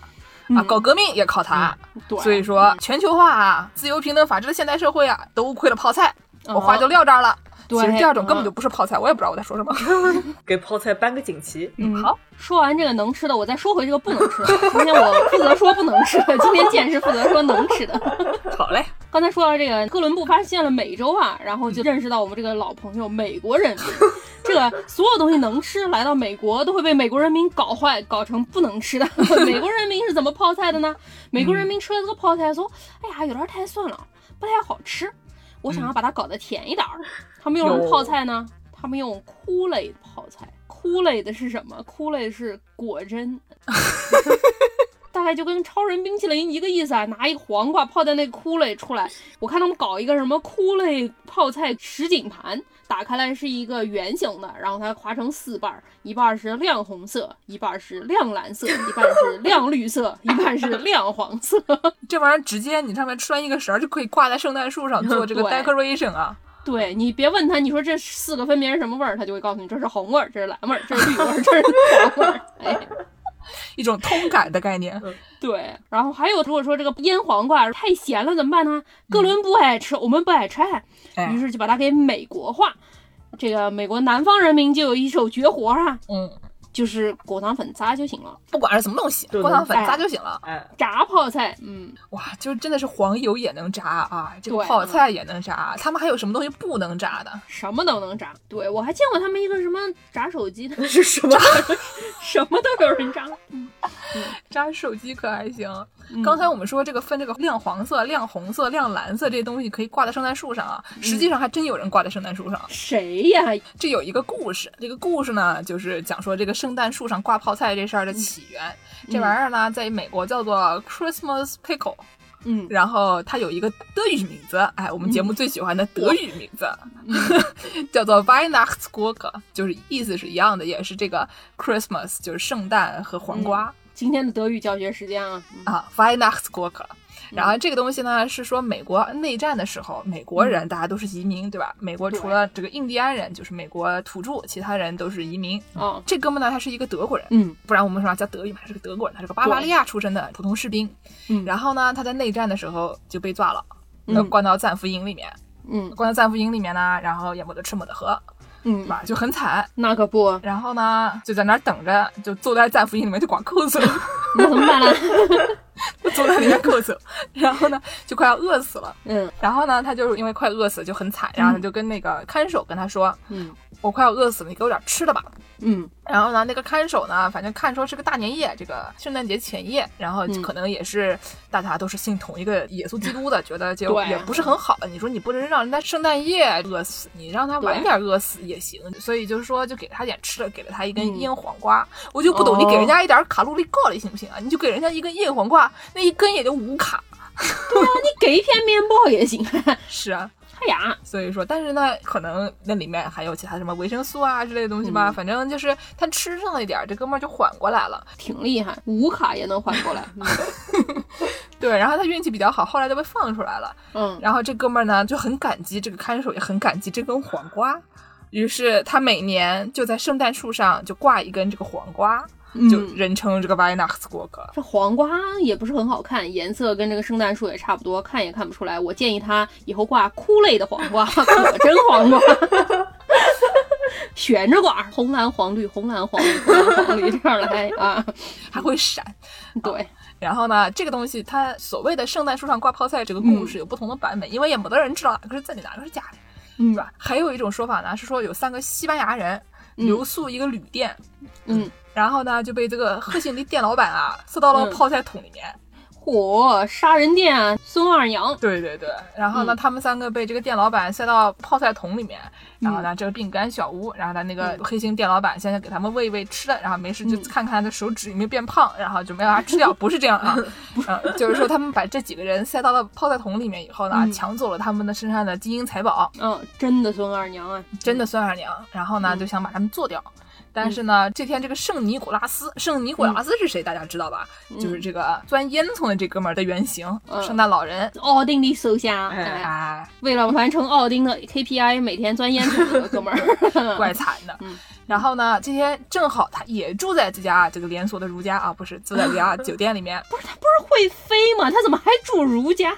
S4: 嗯
S2: 啊，搞革命也靠它，
S4: 对，
S2: 所以说全球化啊、自由平等法治的现代社会啊，都亏了泡菜。
S4: 嗯
S2: 我话就撂这儿了。
S4: 对
S2: 其实第二种根本就不是泡菜，我也不知道我在嗯说什么。
S3: 给泡菜颁个锦旗。
S4: 嗯
S2: 好，
S4: 说完这个能吃的，我再说回这个不能吃的。今天我负责说不能吃的，今天健是负责说能吃的。
S2: 好嘞，
S4: 刚才说到这个哥伦布发现了美洲啊，然后就认识到我们这个老朋友美国人民，这个所有东西能吃来到美国都会被美国人民搞坏，搞成不能吃的。 美国人民是怎么泡菜的呢？美国人民吃了这个泡菜说，哎呀，有点太酸了，不太好吃，我想要把它搞得甜一点儿。他们用什么
S3: 有
S4: 泡菜呢？他们用枯类泡菜。枯类的是什么？枯类是果珍。大概就跟超人冰淇淋一个意思啊，拿一个黄瓜泡在那窟窿出来。我看他们搞一个什么窟窿泡菜什锦盘，打开来是一个圆形的，然后它划成四瓣儿，一半儿是亮红色，一半儿是亮蓝色，一半儿是亮绿色，一半儿是亮黄色。
S2: 这玩意儿直接你上面拴一个绳儿就可以挂在圣诞树上做这个
S4: 对
S2: decoration 啊。
S4: 对你别问他，你说这四个分别是什么味儿，他就会告诉你这是红味儿，这是蓝味儿，这是绿味儿，这是黄味儿。哎，
S2: 一种通感的概念。
S4: 对，然后还有，如果说这个腌黄瓜太咸了怎么办呢？哥伦布爱吃，我们不爱吃，
S2: 哎
S4: 于是就把它给美国化。这个美国南方人民就有一手绝活啊，
S2: 嗯，
S4: 就是果糖粉撒就行了，
S2: 不管是什么东西，
S3: 对
S2: 过糖粉
S4: 哎
S2: 撒就行了。
S3: 哎，
S4: 炸泡菜，嗯，
S2: 哎哇，就真的是黄油也能炸啊，这个
S4: 对
S2: 泡菜也能炸，啊他们还有什么东西不能炸的？
S4: 什么都能炸。对我还见过他们一个什么炸手机的，
S3: 那是什么？
S4: 什么都有人炸。
S2: 炸手机可还行。
S4: 嗯
S2: 刚才我们说这个分这个亮黄色、亮红色、亮蓝色这些东西可以挂在圣诞树上啊，实际上还真有人挂在圣诞树上。
S4: 谁呀？
S2: 这有一个故事，这个故事呢就是讲说这个圣诞树上挂泡菜这事儿的起源。这玩意儿呢，在美国叫做 Christmas pickle，
S4: 嗯，
S2: 然后它有一个德语名字，哎，我们节目最喜欢的德语名字， 叫做 Weihnachtsgurke，就是意思是一样的，也是这个 Christmas，就是圣诞和黄瓜。
S4: 今天的德语教学时间啊，嗯
S2: 啊 v i n a x g o r k 然后这个东西呢，是说美国内战的时候，美国
S4: 嗯
S2: 人大家都是移民，对吧？美国除了这个印第安人，就是美国土著，其他人都是移民。
S4: 哦，
S2: 这哥们呢，他是一个德国人，
S4: 嗯
S2: 不然我们说他叫德语嘛，他是个德国人，他是个巴伐利亚出身的普通士兵。
S4: 嗯
S2: 然后呢，他在内战的时候就被抓了，
S4: 嗯
S2: 关到战俘营里面。
S4: 嗯
S2: 关到战俘营里面呢，然后也没得吃没得喝，对
S4: 嗯，
S2: 吧？就很惨。
S4: 那可不，
S2: 然后呢，就在那儿等着，就坐在战俘营里面就光扣子了。
S4: 那怎么办呢？
S2: 坐在里面咳嗽，然后呢就快要饿死了。
S4: 嗯
S2: 然后呢，他就是因为快饿死就很惨，然后他就跟那个看守跟他说：“
S4: 嗯
S2: 我快要饿死了，你给我点吃的吧。
S4: 嗯”
S2: 然后呢，那个看守呢，反正看说是个大年夜，这个圣诞节前夜，然后
S4: 嗯
S2: 可能也是大家都是信同一个耶稣基督的，觉得就
S4: 对
S2: 也不是很好。你说你不能让人家圣诞夜饿死，你让他晚
S4: 对
S2: 点饿死也行。所以就是说，就给他点吃的，给了他一根
S4: 嗯
S2: 腌黄瓜。我就不懂，
S4: 哦
S2: 你给人家一点卡路里够了行不行啊？你就给人家一根腌黄瓜，那一根也就五卡。
S4: 你给一片面包也行。
S2: 是啊，
S4: 哎呀，
S2: 所以说，但是呢，可能那里面还有其他什么维生素啊之类的东西吧。
S4: 嗯
S2: 反正就是他吃上了一点儿，这哥们儿就缓过来了。
S4: 挺厉害，五卡也能缓过 来。
S2: 对，然后他运气比较好，后来就被放出来了。
S4: 嗯，
S2: 然后这哥们儿呢就很感激这个看守，也很感激这根黄瓜。于是他每年就在圣诞树上就挂一根这个黄瓜，
S4: 嗯
S2: 就人称这个 Weihnachtsgurke。
S4: 这黄瓜也不是很好看，颜色跟这个圣诞树也差不多，看也看不出来。我建议他以后挂枯类的黄 瓜，果真黄 瓜，悬着挂，红蓝黄绿，红蓝黄绿，红蓝黄绿这样来啊。
S2: 还会闪。
S4: 对，
S2: 然后呢，这个东西它所谓的圣诞树上挂泡菜这个故事有不同的版本，因为也没得人知道哪个是真的，哪个是假的。
S4: 嗯
S2: 是吧？还有一种说法呢，是说有三个西班牙人
S4: 嗯
S2: 留宿一个旅店，
S4: 嗯，
S2: 然后呢就被这个赫辛利店老板啊塞到了
S4: 嗯
S2: 泡菜桶里面，
S4: 火、杀人店、啊孙二娘，
S2: 对对对，然后呢，
S4: 嗯
S2: 他们三个被这个店老板塞到泡菜桶里面，然后
S4: 嗯
S2: 呢，这个饼干小屋，然后呢，那个
S4: 嗯
S2: 黑心店老板现在给他们喂一喂吃的，然后没事就
S4: 嗯
S2: 看看他的手指有没有变胖，然后准备让他吃掉，不是这 样啊，嗯，就是说他们把这几个人塞到了泡菜桶里面以后呢，
S4: 嗯
S2: 抢走了他们的身上的金银财宝，
S4: 嗯，真的孙二娘啊，
S2: 真的孙二娘，然后呢，
S4: 嗯
S2: 就想把他们做掉。但是呢，这天这个圣尼古拉斯，圣尼古拉斯是谁？大家知道吧？就是这个钻烟囱的这哥们儿的原型，
S4: 嗯
S2: 圣诞老人。
S4: 奥丁的手下，
S3: 哎
S4: 哎
S2: 哎，
S4: 为了完成奥丁的 KPI，每天钻烟囱的哥 们儿，
S2: 怪惨的。
S4: 嗯
S2: 然后呢，这天正好他也住在这家这个连锁的如家啊，不是住在这家酒店里面，
S4: 会飞吗？他怎么还住儒家？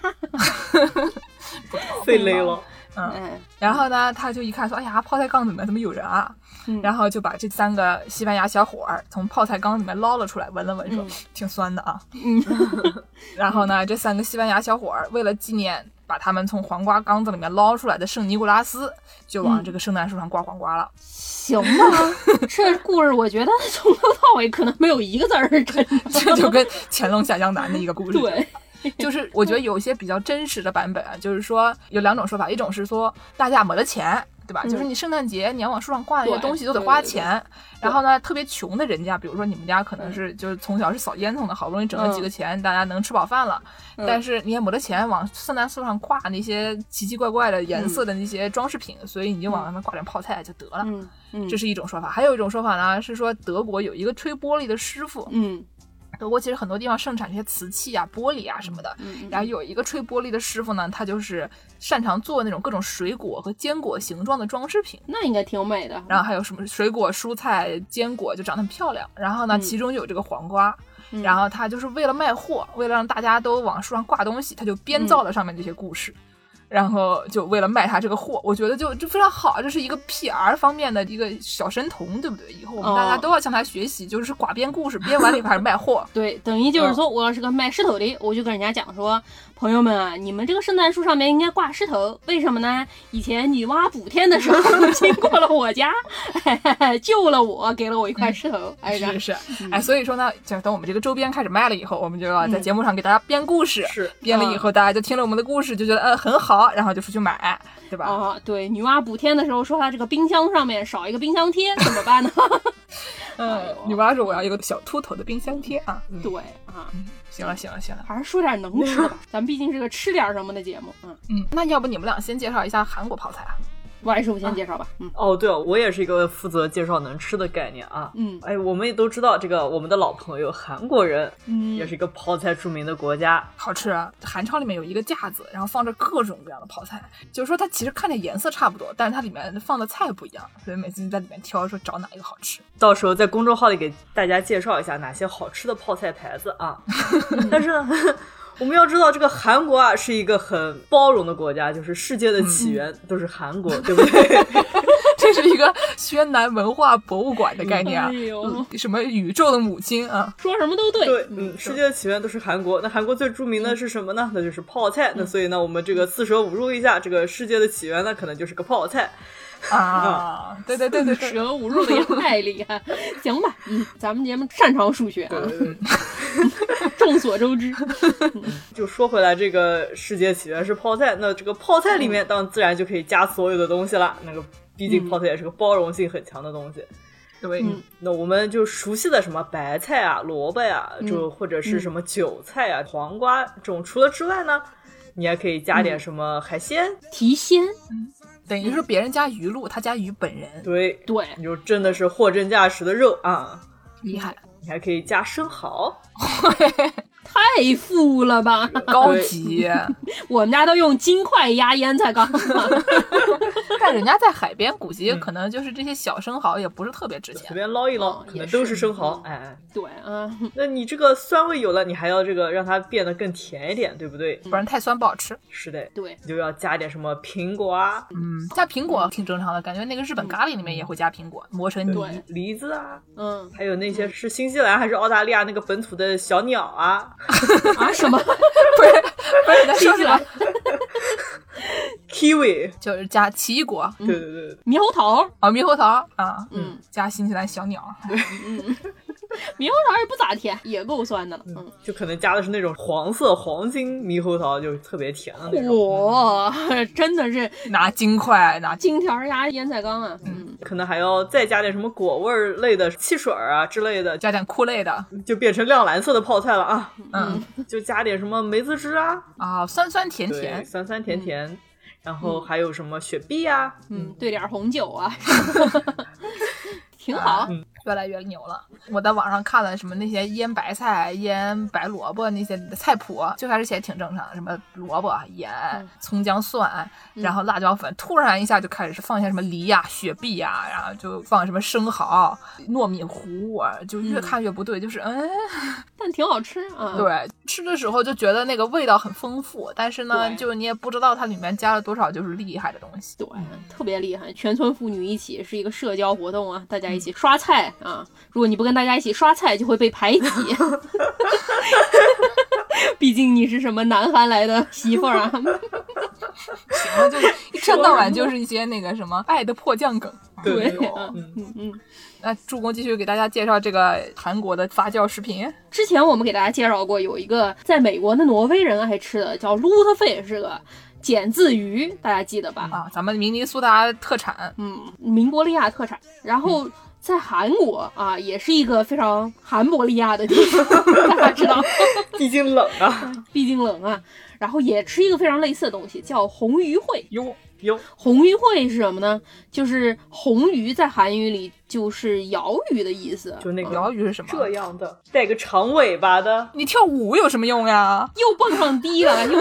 S3: 被勒了。
S2: 嗯
S4: 哎，
S2: 然后呢，他就一看说，哎呀，泡菜缸里面怎么有人啊？
S4: 嗯
S2: 然后就把这三个西班牙小伙儿从泡菜缸里面捞了出来，闻了闻说，
S4: 嗯
S2: 挺酸的啊。
S4: 嗯，
S2: 然后呢，这三个西班牙小伙儿为了纪念。把他们从黄瓜缸子里面捞出来的圣尼古拉斯，就往
S4: 嗯
S2: 这个圣诞树上挂黄瓜了。
S4: 行吧，这故事我觉得从头到尾可能没有一个字儿是真的。
S2: 这就跟乾隆下江南的一个故事。
S4: 对，
S2: 就是我觉得有一些比较真实的版本啊，就是说有两种说法，一种是说大家没了钱，对吧？
S4: 嗯
S2: 就是你圣诞节你要往树上挂那些
S4: 对
S2: 东西都得
S4: 对
S2: 花
S4: 对对嗯
S2: 钱，然后呢，特别穷的人家，比如说你们家可能是就是从小是扫烟囱的，好不容易整了几个钱，大家能吃饱饭了，
S4: 嗯
S2: 但是你也没了钱往圣诞树上挂那些奇奇怪怪的颜色的那些装饰品，所以你就往上面挂点泡菜就得了。
S4: 嗯嗯，
S2: 这是一种说法，还有一种说法呢，是说德国有一个吹玻璃的师傅，
S4: 嗯
S2: 德国其实很多地方盛产这些瓷器啊、玻璃啊什么的，
S4: 嗯，
S2: 然后有一个吹玻璃的师傅呢，他就是擅长做那种各种水果和坚果形状的装饰品。
S4: 那应该挺美的。
S2: 然后还有什么水果、蔬菜、坚果就长得很漂亮。然后呢，
S4: 嗯
S2: 其中有这个黄瓜，
S4: 嗯
S2: 然后他就是为了卖货，为了让大家都往树上挂东西，他就编
S4: 嗯
S2: 造了上面这些故事，然后就为了卖他这个货。我觉得就就非常好，这是一个 PR 方面的一个小神童，对不对？以后我们
S4: 哦。
S2: 大家都要向他学习，就是寡编故事，编完了以后还是卖货
S4: 对，等于
S2: 嗯
S4: 就是说，我要是个卖石头的，我就跟人家讲说，朋友们啊，你们这个圣诞树上面应该挂石头，为什么呢？以前女娲补天的 时候经过了我家，救了我，给了我一块石头，哎，然
S2: 嗯是
S4: 后
S2: 是，哎，所以说呢，就是等我们这个周边开始卖了以后，我们就要在
S4: 嗯
S2: 节目上给大家编故事，
S3: 是
S2: 编了以后，大家就听了我们的故事，就觉得呃很好，然后就出去买，对吧？
S4: 啊，对，女娲补天的时候说她这个冰箱上面少一个冰箱贴，怎么办呢？ 哎
S2: 嗯，女娲说我要一个小秃头的冰箱贴啊。
S4: 对啊，
S2: 行了行了行了，
S4: 还是说点能吃的吧，咱们毕竟是个吃点什么的节目，嗯，
S2: 嗯，那要不你们俩先介绍一下韩国泡菜啊？
S4: 王师傅先介绍吧，嗯
S3: 哦，对了，我也是一个负责介绍能吃的概念啊。
S4: 嗯
S3: 哎，我们也都知道这个我们的老朋友韩国人，
S4: 嗯
S3: 也是一个泡菜著名的国家。
S2: 好吃啊！韩超里面有一个架子，然后放着各种各样的泡菜，就是说它其实看着颜色差不多，但是它里面放的菜不一样，所以每次就在里面挑说找哪一个好吃。
S3: 到时候在公众号里给大家介绍一下哪些好吃的泡菜牌子 啊。但是呢， 我们要知道这个韩国啊是一个很包容的国家，就是世界的起源
S4: 嗯
S3: 都是韩国，对不对？
S2: 这是一个轩南文化博物馆的概念啊
S4: 哎，呦，
S2: 什么宇宙的母亲啊，
S4: 嗯说什么都对，
S3: 对，嗯，世界的起源都是韩国。那韩国最著名的是什么呢？那就是泡菜。那所以呢，我们这个四舍五入一下，这个世界的起源呢，可能就是个泡菜。
S2: 啊，对 对对对 对，
S4: 蛇无入的也太厉害， 行吧，嗯，咱们节目擅长数学啊，
S3: 嗯
S4: 众所周知，
S3: 就说回来，这个世界起源是泡菜，那这个泡菜里面当然自然就可以加所有的东西啦。那个毕竟泡菜也是个包容性很强的东西。
S2: 对，
S4: 嗯
S3: 那我们就熟悉的什么白菜啊、萝卜呀、就或者是什么韭菜啊、黄瓜这种，除了之外呢，你还可以加点什么海鲜。
S4: 提鲜，
S2: 等于说别人家鱼露，他家鱼本人
S3: 对，
S4: 对，
S3: 你就真的是货真价实的肉啊！
S2: 厉害，
S3: 你还可以加生蚝，
S4: 太富了吧，
S2: 高级。
S4: 我们家都用金块压腌才刚好，
S2: 但人家在海边，估计可能就是这些小生蚝也不是特别值
S3: 随
S2: 钱。
S3: 便捞一捞，
S4: 嗯
S3: 可能
S4: 也
S3: 都
S4: 是
S3: 是生蚝。
S4: 嗯
S3: 哎哎，
S4: 对啊，
S3: 那你这个酸味有了，你还要这个让它变得更甜一点，对不对？
S2: 不然太酸不好吃。
S3: 是的，
S4: 对，
S3: 你就要加点什么苹果啊、
S2: 嗯，加苹果挺正常的，感觉那个日本咖喱里面也会加苹果，磨 成泥
S4: 嗯对。
S3: 梨子啊，
S4: 嗯
S3: 还有那些是新西兰还是澳大利亚那个本土的小鸟啊
S4: 啊什么，
S2: 不是不是，他 说什
S4: 起
S2: 么
S4: 来？
S3: ，kiwi。
S2: 就是加奇异果
S4: 嗯
S3: 对对对，
S4: 猕猴桃，
S2: 啊，猕猴桃啊，
S4: 嗯，
S2: 加新西兰小鸟。
S4: 嗯，猕猴桃也不咋甜，也够酸的了。嗯，
S3: 就可能加的是那种黄色黄金猕猴桃，就特别甜的那种。
S4: 哇，嗯真的是
S2: 拿金块拿金，
S4: 金条压烟菜缸啊！嗯，
S3: 可能还要再加点什么果味儿类的汽水儿啊之类的，
S2: 加点酷类的，
S3: 就变成亮蓝色的泡菜了啊！
S2: 嗯
S3: 就加点什么梅子汁啊，
S2: 啊，酸酸甜
S3: 对，
S2: 甜，
S3: 酸酸甜甜，然后还有什么雪碧啊，
S4: 嗯，兑点红 酒啊，挺好。
S2: 越来越牛了。我在网上看了什么那些腌白菜、腌白萝卜那些菜谱，最开始写挺正常的，什么萝卜、啊盐、葱姜蒜，然后辣椒粉，突然一下就开始放一些什么梨呀、雪碧呀，然后就放什么生蚝、糯米糊啊，就越看越不对，就是嗯，
S4: 但挺好吃啊。，
S2: 对，吃的时候就觉得那个味道很丰富，但是呢，
S4: 对
S2: 就你也不知道它里面加了多少就是厉害的东 西。
S4: 对，特别厉害，全村妇女一起是一个社交活动啊，大家一起刷菜啊。如果你不跟大家一起刷菜，就会被 排挤。毕竟你是什么南韩来的媳妇儿啊，
S2: 然后就一天到晚就是一些那个什么爱的迫降梗。
S4: 对
S3: 对，，
S4: 嗯嗯嗯。
S2: 那助攻继续给大家介绍这个韩国的发酵食品，
S4: 之前我们给大家介绍过，有一个在美国的挪威人爱吃的叫撸特费，是个碱渍鱼，大家记得吧？
S2: 啊，咱们明尼苏达特产，
S4: 嗯，明伯利亚特产。然后在韩国啊，也是一个非常韩伯利亚的地 方，大家知道，
S3: 毕竟冷啊，
S4: 毕竟冷啊。然后也吃一个非常类似的东西，叫红鱼烩。
S2: 哟，
S3: 哟，
S4: 红鱼烩是什么呢？就是红鱼在韩语里就是鳐鱼的意思，
S3: 就那个
S2: 鳐鱼是什么？
S3: 哦这样的，带个长尾巴的，
S2: 你跳舞有什么用呀？
S4: 又蹦上低了， 又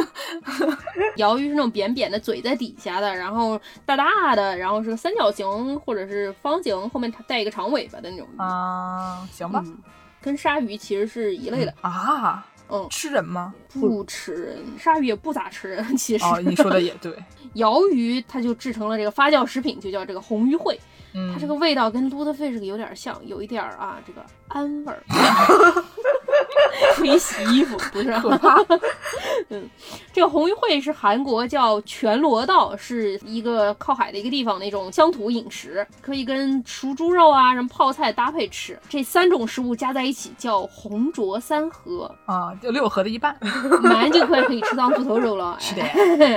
S4: 鳐鱼是那种扁扁的，嘴在底下的，然后大大的，然后是个三角形或者是方形，后面带一个长尾巴的那种鱼，
S2: 啊，行吧，
S4: 嗯，跟鲨鱼其实是一类的，
S2: 啊，
S4: 嗯，
S2: 吃人吗？
S4: 不吃人，鲨鱼也不咋吃人，其实。
S2: 哦，你说的也对，
S4: 鳐鱼它就制成了这个发酵食品，就叫这个红鱼烩，
S2: 嗯，
S4: 它这个味道跟 lutefish 有点像，有一点儿啊这个 氨味儿。可以洗衣服，不是、啊？嗯
S2: 可怕，
S4: 这个红鱼会是韩国叫全罗道，是一个靠海的一个地方的一种乡土饮食，可以跟熟猪肉啊、什么泡菜搭配吃。这三种食物加在一起叫红灼三合，
S2: 啊，就六合的一半，
S4: 蛮就快可以吃当猪头肉了。哎
S2: 是的，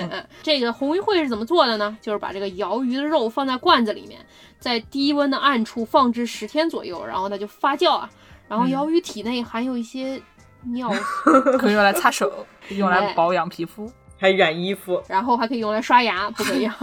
S4: 嗯这个红鱼烩是怎么做的呢？就是把这个鳐鱼的肉放在罐子里面，在低温的暗处放置十天左右，然后它就发酵啊。然后
S2: 嗯
S4: 鳐鱼体内含有一些尿素，
S2: 可以用来擦手，用来保养皮肤。
S3: 还染衣服，
S4: 然后还可以用来刷牙，不可以啊。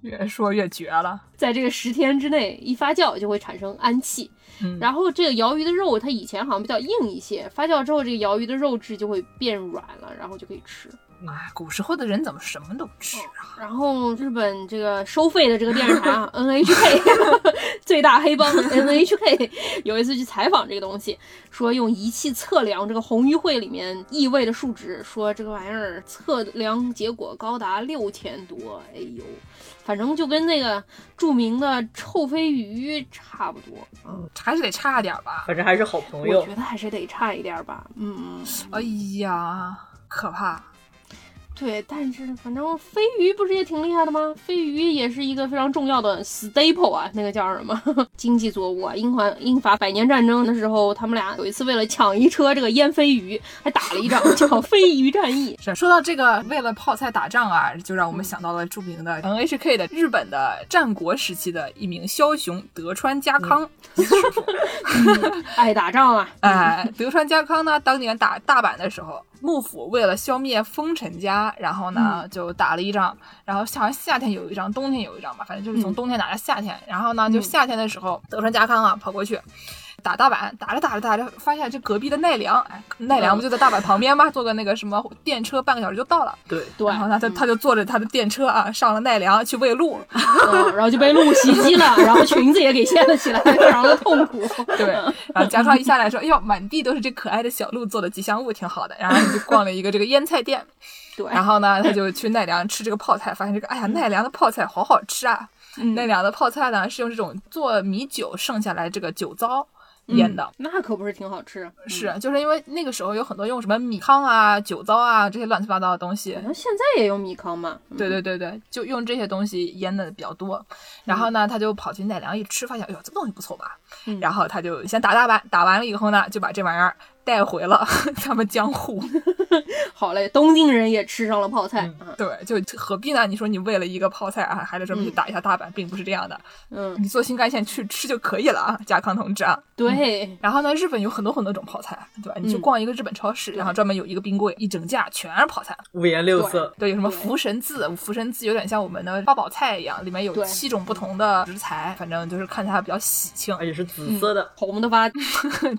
S2: 越说越绝了，
S4: 在这个十天之内一发酵就会产生氨气。
S2: 嗯，
S4: 然后这个鳐鱼的肉它以前好像比较硬一些，发酵之后这个鳐鱼的肉质就会变软了，然后就可以吃。
S2: 哎，古时候的人怎么什么都吃啊？
S4: 然后日本这个收费的这个电视台啊，NHK 最大黑帮 NHK 有一次去采访这个东西，说用仪器测量这个红鱼会里面异味的数值，说这个玩意儿测量结果高达六千多，哎呦，反正就跟那个著名的臭鲱鱼差不多，
S2: 还是得差点吧？
S3: 反正还是好朋
S4: 我
S3: 友
S4: 觉，得还是得差一点吧，嗯。
S2: 哎呀，可怕！
S4: 对，但是反正飞鱼不是也挺厉害的吗？飞鱼也是一个非常重要的 staple 啊，那个叫什么 经济作物啊。英法英法百年战争的时候，他们俩有一次为了抢一车这个腌飞鱼，还打了一仗， 叫飞鱼战役。
S2: 是说到这个，为了泡菜打仗啊，就让我们想到了著名的 NHK 的日本的战国时期的一名枭雄德川家康。
S4: 爱打仗啊，
S2: 哎，德川家康呢，当年打大阪的时候，幕府为了消灭丰臣家，然后呢就打了一仗，然后好像夏天有一仗，冬天有一仗吧，反正就是从
S4: 嗯
S2: 冬天打到夏天。然后呢，就夏天的时候，德川家康啊跑过去。打大阪，打着打着打着，发现这隔壁的奈良，哎，奈良不就在大阪旁边吗？坐个那个什么电车，半个小时就到了。
S3: 对，
S4: 对，
S2: 然后他就
S4: 嗯
S2: 他就坐着他的电车啊，上了奈良去喂 鹿。
S4: 嗯然后就被鹿袭击了，然后裙子也给掀了起来，非常的痛苦。
S2: 对，然后家康一下来说：“哎呦，满地都是这可爱的小鹿做的吉祥物，挺好的。”然后他就逛了一个这个腌菜店，
S4: 对，
S2: 然后呢，他就去奈良吃这个泡菜，发现这个哎呀，奈良的泡菜好好吃啊！
S4: 嗯
S2: 奈良的泡菜呢是用这种做米酒剩下来这个酒糟。
S4: 嗯
S2: 腌的。
S4: 那可不是挺好吃。啊嗯
S2: 是，就是因为那个时候有很多用什么米糠啊、酒糟啊这些乱七八糟的东西
S4: 好，像现在也有米糠嘛？嗯
S2: 对对对对，就用这些东西腌的比较多。然后呢，他就跑去奈良一吃，发现哎呦这个东西不错吧，
S4: 嗯
S2: 然后他就先打打吧，打完了以后呢，就把这玩意儿带回了 咱们江户。
S4: 好嘞，东京人也吃上了泡菜。嗯
S2: 对，就何必呢？你说你为了一个泡菜啊，还得专门去打一下大阪，并不是这样的，
S4: 嗯，
S2: 你坐新干线去吃就可以了啊，家康同志啊。
S4: 对，
S2: 然后呢，日本有很多很多种泡菜，对吧？你去
S4: 嗯
S2: 逛一个日本超市，然后专门有一个冰柜，一整架全是泡菜。
S3: 五颜六色，
S2: 对，有什么
S4: 对
S2: 福神字？福神字有点像我们的八宝菜一样，里面有
S4: 对
S2: 七种不同的食材，反正就是看起来比较喜庆
S3: 而，且啊是紫色的，
S4: 红的吧？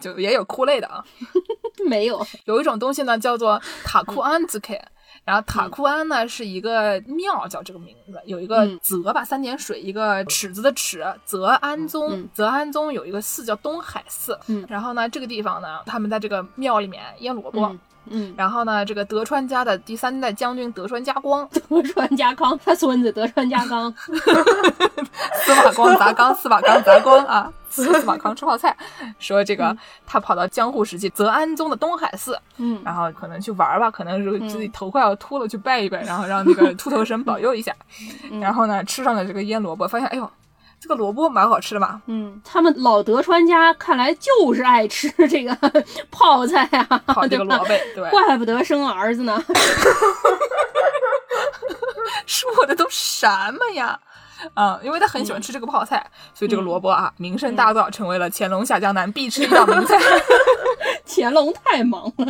S2: 就也有哭类的啊。
S4: 没有，
S2: 有一种东西呢叫做塔库安子 K。然后
S4: 嗯
S2: 塔库安呢是一个庙，叫这个名字，有一个
S4: 嗯
S2: 泽吧，三点水，一个尺子的尺，泽安宗
S4: 嗯。
S2: 泽安宗有一个寺叫东海寺
S4: 嗯，
S2: 然后呢，这个地方呢，他们在这个庙里面腌萝卜
S4: 嗯，嗯，
S2: 然后呢，这个德川家的第三代将军德川家光，
S4: 德川家康，他孙子德川家康，
S2: 司马光砸缸，司马光砸光啊！司马光吃泡菜，说这个他跑到江户时期泽安宗的东海寺，
S4: 嗯，
S2: 然后可能去玩儿吧，可能是自己头快要秃了去拜一拜，然后让那个秃头神保佑一下。
S4: 嗯
S2: 然后呢，吃上了这个腌萝卜，发现哎呦，这个萝卜蛮好吃的 嘛。
S4: 嗯，他们老德川家看来就是爱吃这个 泡菜啊，
S2: 烤这个
S4: 对吧
S2: 萝卜，对，
S4: 怪不得生儿子呢。
S2: 说的都什么呀？啊、因为他很喜欢吃这个泡菜，所以这个萝卜啊，名声大噪，成为了乾隆下江南必吃一道名菜。
S4: 乾隆太忙了，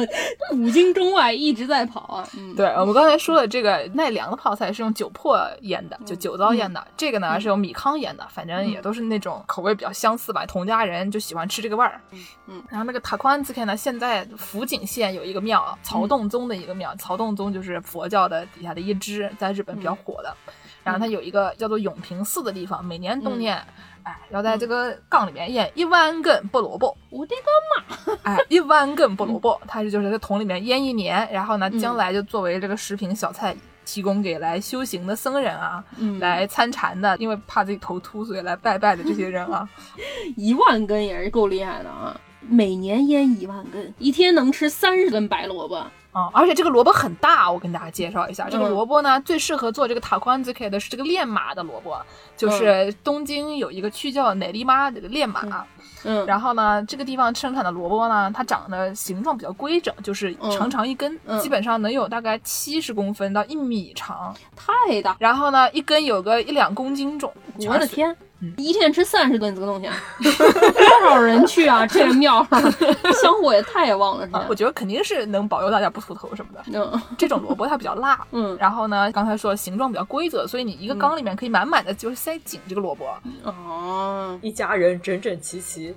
S4: 古今中外一直在跑啊。嗯，
S2: 对我们刚才说的这个奈良的泡菜是用酒粕腌的，
S4: 嗯
S2: 就酒糟腌的；这个呢是用米糠腌的，反正也都是那种口味比较相似吧。同家人就喜欢吃这个味儿。
S4: 嗯，
S2: 然后那个塔宽子片呢，现在福井县有一个庙，
S4: 嗯
S2: 曹洞宗的一个庙，曹洞宗就是佛教的底下的一支，在日本比较
S4: 嗯
S2: 火的。然后它有一个叫做永平寺的地方，每年
S4: 嗯
S2: 冬天，哎，要在这个缸里面腌一万根菠萝卜，
S4: 我这个
S2: 哎，一万根菠萝卜，它是就是在桶里面腌一年，然后呢，
S4: 嗯
S2: 将来就作为这个食品小菜。提供给来修行的僧人啊，
S4: 嗯
S2: 来参禅的，因为怕自己头秃，所以来拜拜的这些人 啊，
S4: 一万根也是够厉害的啊，每年腌一万根，一天能吃三十根白萝卜。
S2: 啊、而且这个萝卜很大，我跟大家介绍一下，这个
S4: 嗯
S2: 萝卜呢，最适合做这个塔宽 ZK 的是这个练马的萝卜，就是东京有一个区叫乃利妈这个练马，
S4: 嗯，
S2: 然后呢，这个地方生产的萝卜呢，它长得形状比较规整，就是
S4: 嗯
S2: 长长一根，
S4: 嗯
S2: 基本上能有大概七十公分到一米长，
S4: 太大，
S2: 然后呢，一根有个一两公斤重，
S4: 我
S2: 全
S4: 的
S2: 是
S4: 天
S2: 嗯！
S4: 一天吃三十顿这个东 西啊，多少人去啊？这个庙儿香火也太旺了，是
S2: 啊
S4: 吧
S2: 我？觉得肯定是能保佑大家不秃头什么的。
S4: 嗯，
S2: 这种萝卜它比较辣
S4: 嗯
S2: 然后呢，刚才说形状比较规则，所以你一个缸里面可以满满的就是塞紧这个萝卜。
S4: 嗯哦，
S3: 一家人整整齐齐，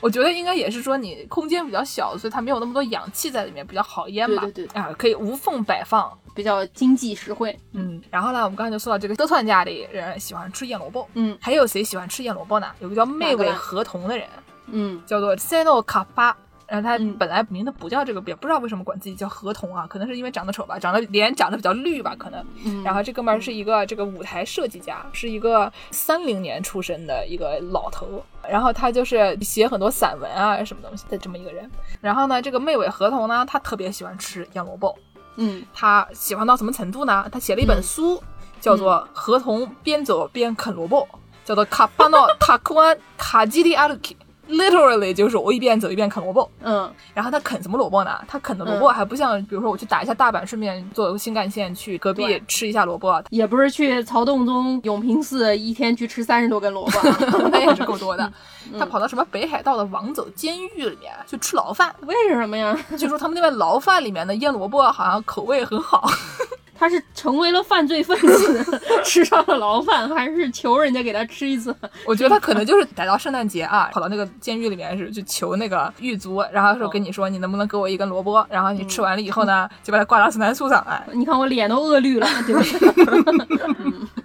S2: 我觉得应该也是说你空间比较小，所以它没有那么多氧气在里面，比较好腌吧。
S4: 对对对
S2: 啊，可以无缝摆放。
S4: 比较经济实惠。
S2: 嗯，然后呢，我们刚才就说到这个德川家里人喜欢吃腌萝卜，
S4: 嗯
S2: 还有谁喜欢吃腌萝卜呢？有个叫妹
S4: 哪
S2: 尾
S4: 个啊
S2: 和同的人，
S4: 嗯
S2: 叫做 Seno 卡巴。然后他
S4: 嗯
S2: 本来名字不叫这个，也不知道为什么管自己叫合同啊，可能是因为长得丑吧，长得脸长得比较绿吧，可能。
S4: 嗯，
S2: 然后这哥们儿是一个这个舞台设计家，是一个三零年出生的一个老头，然后他就是写很多散文啊什么东西的这么一个人。然后呢，这个妹尾合同呢，他特别喜欢吃腌萝卜，
S4: 嗯
S2: 他喜欢到什么程度呢？他写了一本书，叫做
S4: 嗯
S2: 《合同边走边啃萝卜》，叫做《卡巴诺塔库安卡基利阿鲁基》，literally 就是我一边走一边啃萝卜。
S4: 嗯
S2: 然后他啃什么萝卜呢？他啃的萝卜还不像，比如说我去打一下大阪，顺便坐个新干线去隔壁
S4: 对
S2: 吃一下萝卜，
S4: 也不是去曹洞宗永平寺一天去吃三十多根萝卜啊，
S2: 那也是够多的。
S4: 嗯
S2: 他跑到什么北海道的王走监狱里面去吃牢饭，
S4: 为什么呀？
S2: 据说他们那边牢饭里面的腌萝卜好像口味很好。
S4: 他是成为了犯罪分子， 吃上了牢饭，还是求人家给他吃一次？
S2: 我觉得他可能就是逮到圣诞节啊，跑到那个监狱里面是去求那个狱卒，然后说跟你说你能不能给我一根萝卜，然后你吃完了以后呢，就把它挂到圣诞树上哎来。
S4: 你看我脸都饿绿了，对吧？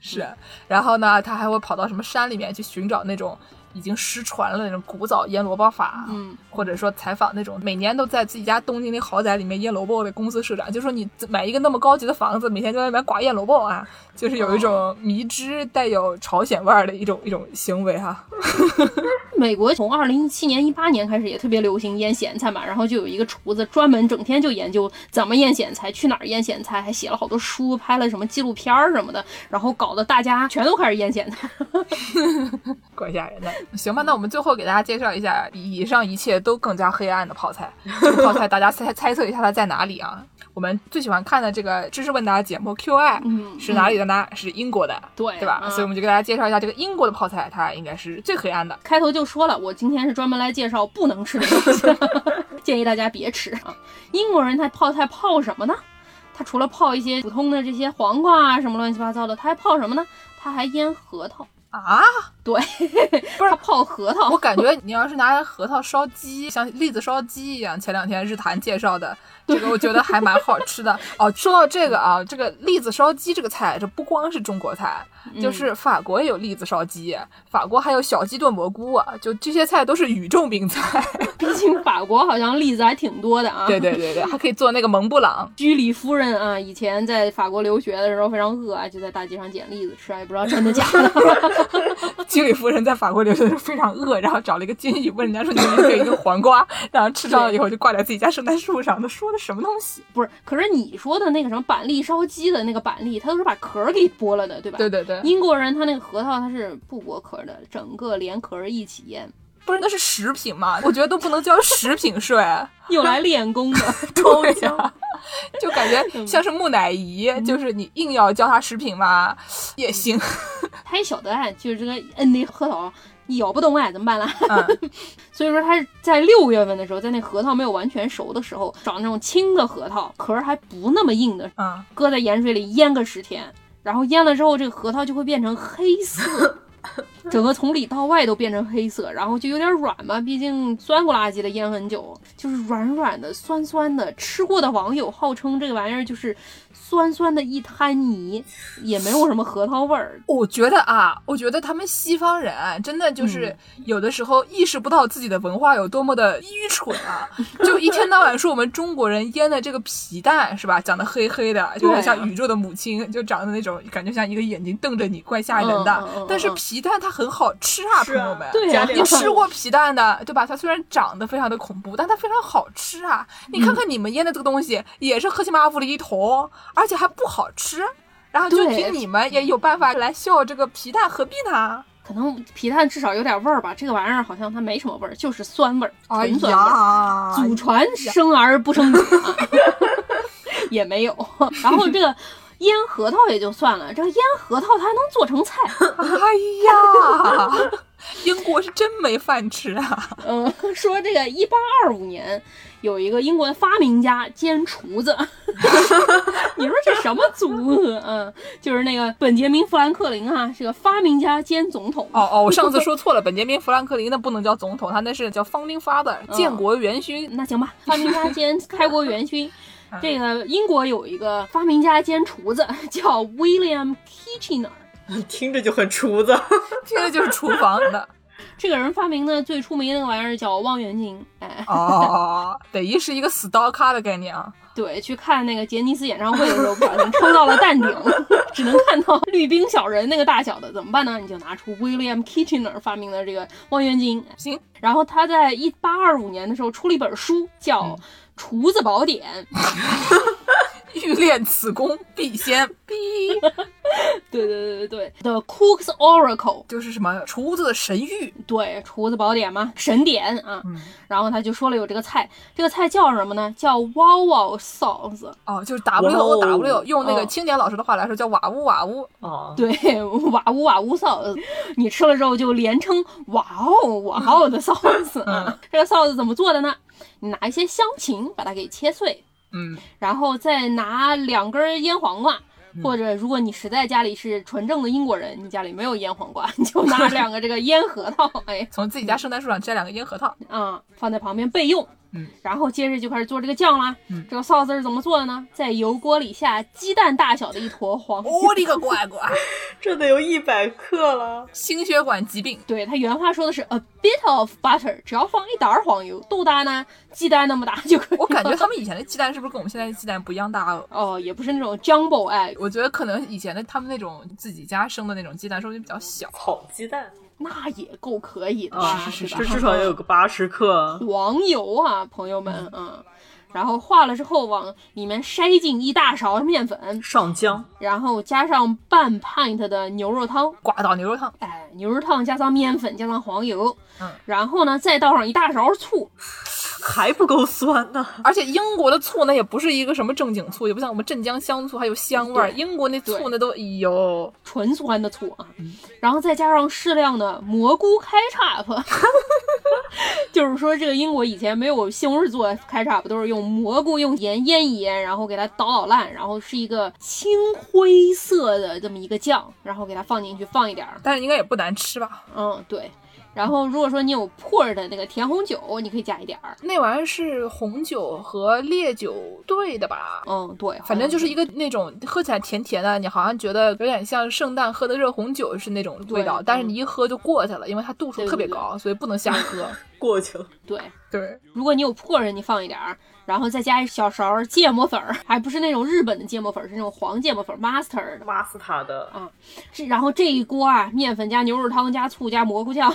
S2: 是，然后呢，他还会跑到什么山里面去寻找那种已经失传了那种古早腌萝卜法，
S4: 嗯，
S2: 或者说采访那种每年都在自己家东京那豪宅里面腌萝卜的公司社长，就说你买一个那么高级的房子，每天就在那边刮腌萝卜啊，就是有一种迷之带有朝鲜味儿的一种一种行为哈、
S4: 美国从二零一七年、一八年开始也特别流行腌咸菜嘛，然后就有一个厨子专门整天就研究怎么腌咸菜，去哪儿腌咸菜，还写了好多书，拍了什么纪录片儿什么的，然后搞得大家全都开始腌咸菜。
S2: 怪吓人的。行吧，那我们最后给大家介绍一下，比以上一切都更加黑暗的泡菜。这个泡菜大家猜 猜测一下它在哪里啊？我们最喜欢看的这个知识问答节目 Q&A
S4: 嗯
S2: 是哪里的呢？是英国的，
S4: 对
S2: 对吧？
S4: 嗯
S2: 所以我们就给大家介绍一下这个英国的泡菜，它应该是最黑暗的。
S4: 开头就说了，我今天是专门来介绍不能吃的东西， 建议大家别吃啊。英国人他泡菜泡什么呢？他除了泡一些普通的这些黄瓜啊什么乱七八糟的，他还泡什么呢？他还腌核桃，
S2: 啊，
S4: 对，
S2: 不是
S4: 他泡核桃。
S2: 我感觉你要是拿核桃烧鸡，像栗子烧鸡一样，前两天日坛介绍的这个，我觉得还蛮好吃的。哦，说到这个啊，这个栗子烧鸡这个菜，这不光是中国菜，就是法国也有栗子烧鸡，法国还有小鸡炖蘑菇啊，就这些菜都是与众不菜。
S4: 毕竟法国好像例子还挺多的啊。
S2: 对对对对，还可以做那个蒙布 朗。
S4: 居里夫人啊，以前在法国留学的时候非常饿啊，就在大街上捡栗子吃啊，也不知道真的假 的。
S2: 居里夫人在法国留学的时候非常饿，然后找了一个建议，问人家说你能不能给一个黄瓜，然后吃上了以后就挂在自己家圣诞树上。他说的什么东西？
S4: 不是，可是你说的那个什么板栗烧鸡的那个板栗，它都是把壳儿给剥了的，对吧？
S2: 对对对，
S4: 英国人他那个核桃它是不剥壳的，整个连壳儿一起腌，
S2: 不是那是食品嘛？我觉得都不能叫食品税。
S4: 用来练功 的。
S2: 对呀、嗯就感觉像是木乃伊，就是你硬要叫它食品嘛，也行。
S4: 它一小的爱啊就是这个摁那核桃。你咬不动哎，怎么办啦？
S2: 嗯，
S4: 所以说它是在六月份的时候，在那核桃没有完全熟的时候，找那种青的核桃，壳儿还不那么硬的，
S2: 嗯，
S4: 搁在盐水里腌个十天，然后腌了之后，这个核桃就会变成黑 色，整个从里到外都变成黑色，然后就有点软嘛，毕竟酸不拉几的腌很久，就是软软的、酸酸的。吃过的网友号称这个玩意儿就是酸酸的一滩泥，也没有什么核桃味儿。
S2: 我觉得啊，我觉得他们西方人啊真的就是有的时候意识不到自己的文化有多么的愚蠢 啊，就一天到晚说我们中国人腌的这个皮蛋是吧，长得黑黑的，有点像宇宙的母亲，就长得那种感觉像一个眼睛瞪着你，怪吓人
S4: 嗯嗯嗯
S2: 的
S4: 嗯。
S2: 但是皮蛋它很好吃啊，
S3: 是
S2: 朋
S3: 啊
S2: 友们。
S4: 对呀、
S3: 加
S4: 啊，
S3: 点
S2: 你 吃过皮蛋的，对吧？它虽然长得非常的恐怖，但它非常好吃啊！你看看你们腌的这个东西，也是黑漆麻糊的一坨，而且还不好吃。然后就
S4: 对
S2: 凭你们也有办法来笑这个皮蛋，何必呢？
S4: 可能皮蛋至少有点味儿吧，这个玩意儿好像它没什么味儿，就是酸味儿，
S2: 哎
S4: 纯酸味儿。
S2: 呀，
S4: 祖传生儿不生女啊， 也没有。然后这个腌核桃也就算了，这个腌核桃它还能做成菜，
S2: 哎呀，英国是真没饭吃啊！
S4: 嗯， 说这个一八二五年有一个英国的发明家兼厨子， 你说这什么组合？嗯，就是那个本杰明·富兰克林啊，是个发明家兼总统。
S2: 哦哦，我上 次说错了，本杰明·富兰克林那不能叫总统，他那是叫 founding father，建国元勋。
S4: 那行吧，发明家兼开国元勋。这个英国有一个发明家兼厨子叫 William Kitchener，
S3: 听着就很厨子。
S2: 听着就是厨房的。
S4: 这个人发明的最出名的那个玩意儿叫望远镜，哎，
S2: 哦，等于是一个死刀咖的概念啊。
S4: 对，去看那个杰尼斯演唱会的时候，不小心抽到了蛋顶，只能看到绿冰小人那个大小的，怎么办呢？你就拿出 William Kitchener 发明的这个望远镜，
S2: 行，
S4: 然后他在一八二五年的时候出了一本书，叫《厨子宝典》，
S2: 欲练此功，必先逼，
S4: 对对对对对，《The Cook's Oracle》，
S2: 就是什么厨子的神谕。
S4: 对，《厨子宝典》嘛，神典啊。
S2: 嗯，
S4: 然后他就说了有这个菜，这个菜叫什么呢？叫 Wow Wow Sauce。
S2: 哦，就是
S3: 哇
S2: W
S3: 哦
S2: O W，用那个
S4: 哦
S2: 青年老师的话来说叫瓦屋瓦屋。
S3: 哦，
S4: 对，瓦乌瓦乌 sauce，你吃了之后就连称哇哦哇哦的 sauce
S2: 嗯
S4: 啊。这个 sauce 怎么做的呢？你拿一些香芹把它给切碎，
S2: 嗯，
S4: 然后再拿两根腌黄瓜。或者，如果你实在家里是纯正的英国人，你家里没有腌黄瓜， 你就拿两个这个腌核桃，哎，
S2: 从自己家圣诞树上摘两个烟核桃。哦
S4: 啊、放在旁边备用。
S2: 嗯，
S4: 然后接着就开始做这个酱啦。
S2: 嗯
S4: 这个臊子是怎么做的呢？在油锅里下鸡蛋大小的一坨黄油。
S2: 我的个乖乖！
S3: 这得有一百克了。
S2: 心血管疾病，
S4: 对他原话说的是 a bit of butter，只要放一点儿黄油，豆大呢，鸡蛋那么大就可以。
S2: 我感觉他们以前的鸡蛋是不是跟我们现在的鸡蛋不一样大哦？
S4: 哦，也不是那种 jumbo 哎 egg，
S2: 我觉得可能以前的他们那种自己家生的那种鸡蛋，说不定比较小。
S3: 炒鸡蛋
S4: 那也够可以的
S3: 啊
S4: 吧，
S2: 是是
S4: 对
S3: 这
S4: 吧
S3: 至少也有个八十克啊。
S4: 黄油啊，朋友们，嗯。然后化了之后，往里面筛进一大勺面粉，
S3: 上浆，
S4: 然后加上半 pint 的牛肉汤，
S2: 寡岛牛肉汤，
S4: 哎，牛肉汤加上面粉，加上黄油，
S2: 嗯，
S4: 然后呢，再倒上一大勺醋，
S3: 还不够酸呢。
S2: 而且英国的醋呢，也不是一个什么正经醋，也不像我们镇江香醋还有香味儿。
S4: 对
S2: 英国那醋那都，哎呦，
S4: 纯酸的醋啊，然后再加上适量的蘑菇开叉 p 就是说这个英国以前没有西红柿做开叉 p 都是用蘑菇用盐腌一腌，然后给它捣捣烂，然后是一个青灰色的这么一个酱，然后给它放进去放一点儿，
S2: 但是应该也不难吃吧？
S4: 嗯，对。然后如果说你有 pour 的那个甜红酒，你可以加一点儿，
S2: 那玩意儿是红酒和烈酒兑的吧？
S4: 嗯，对，
S2: 反正就是一
S4: 个
S2: 个那种喝起来甜甜的，你好像觉得有点像圣诞喝的热红酒是那种味道，
S4: 对嗯
S2: 但是你一喝就过去了，因为它度数
S4: 对
S2: 特别
S4: 对对
S2: 高，所以不能瞎喝。
S3: 过去了，
S4: 对。
S2: 对，
S4: 如果你有 pour 你放一点儿，然后再加一小勺芥末粉儿，还不是那种日本的芥末粉儿，是那种黄芥末粉儿 master 的。
S3: 马斯塔的
S4: 这然后这一锅啊，面粉加牛肉汤加醋加蘑菇酱，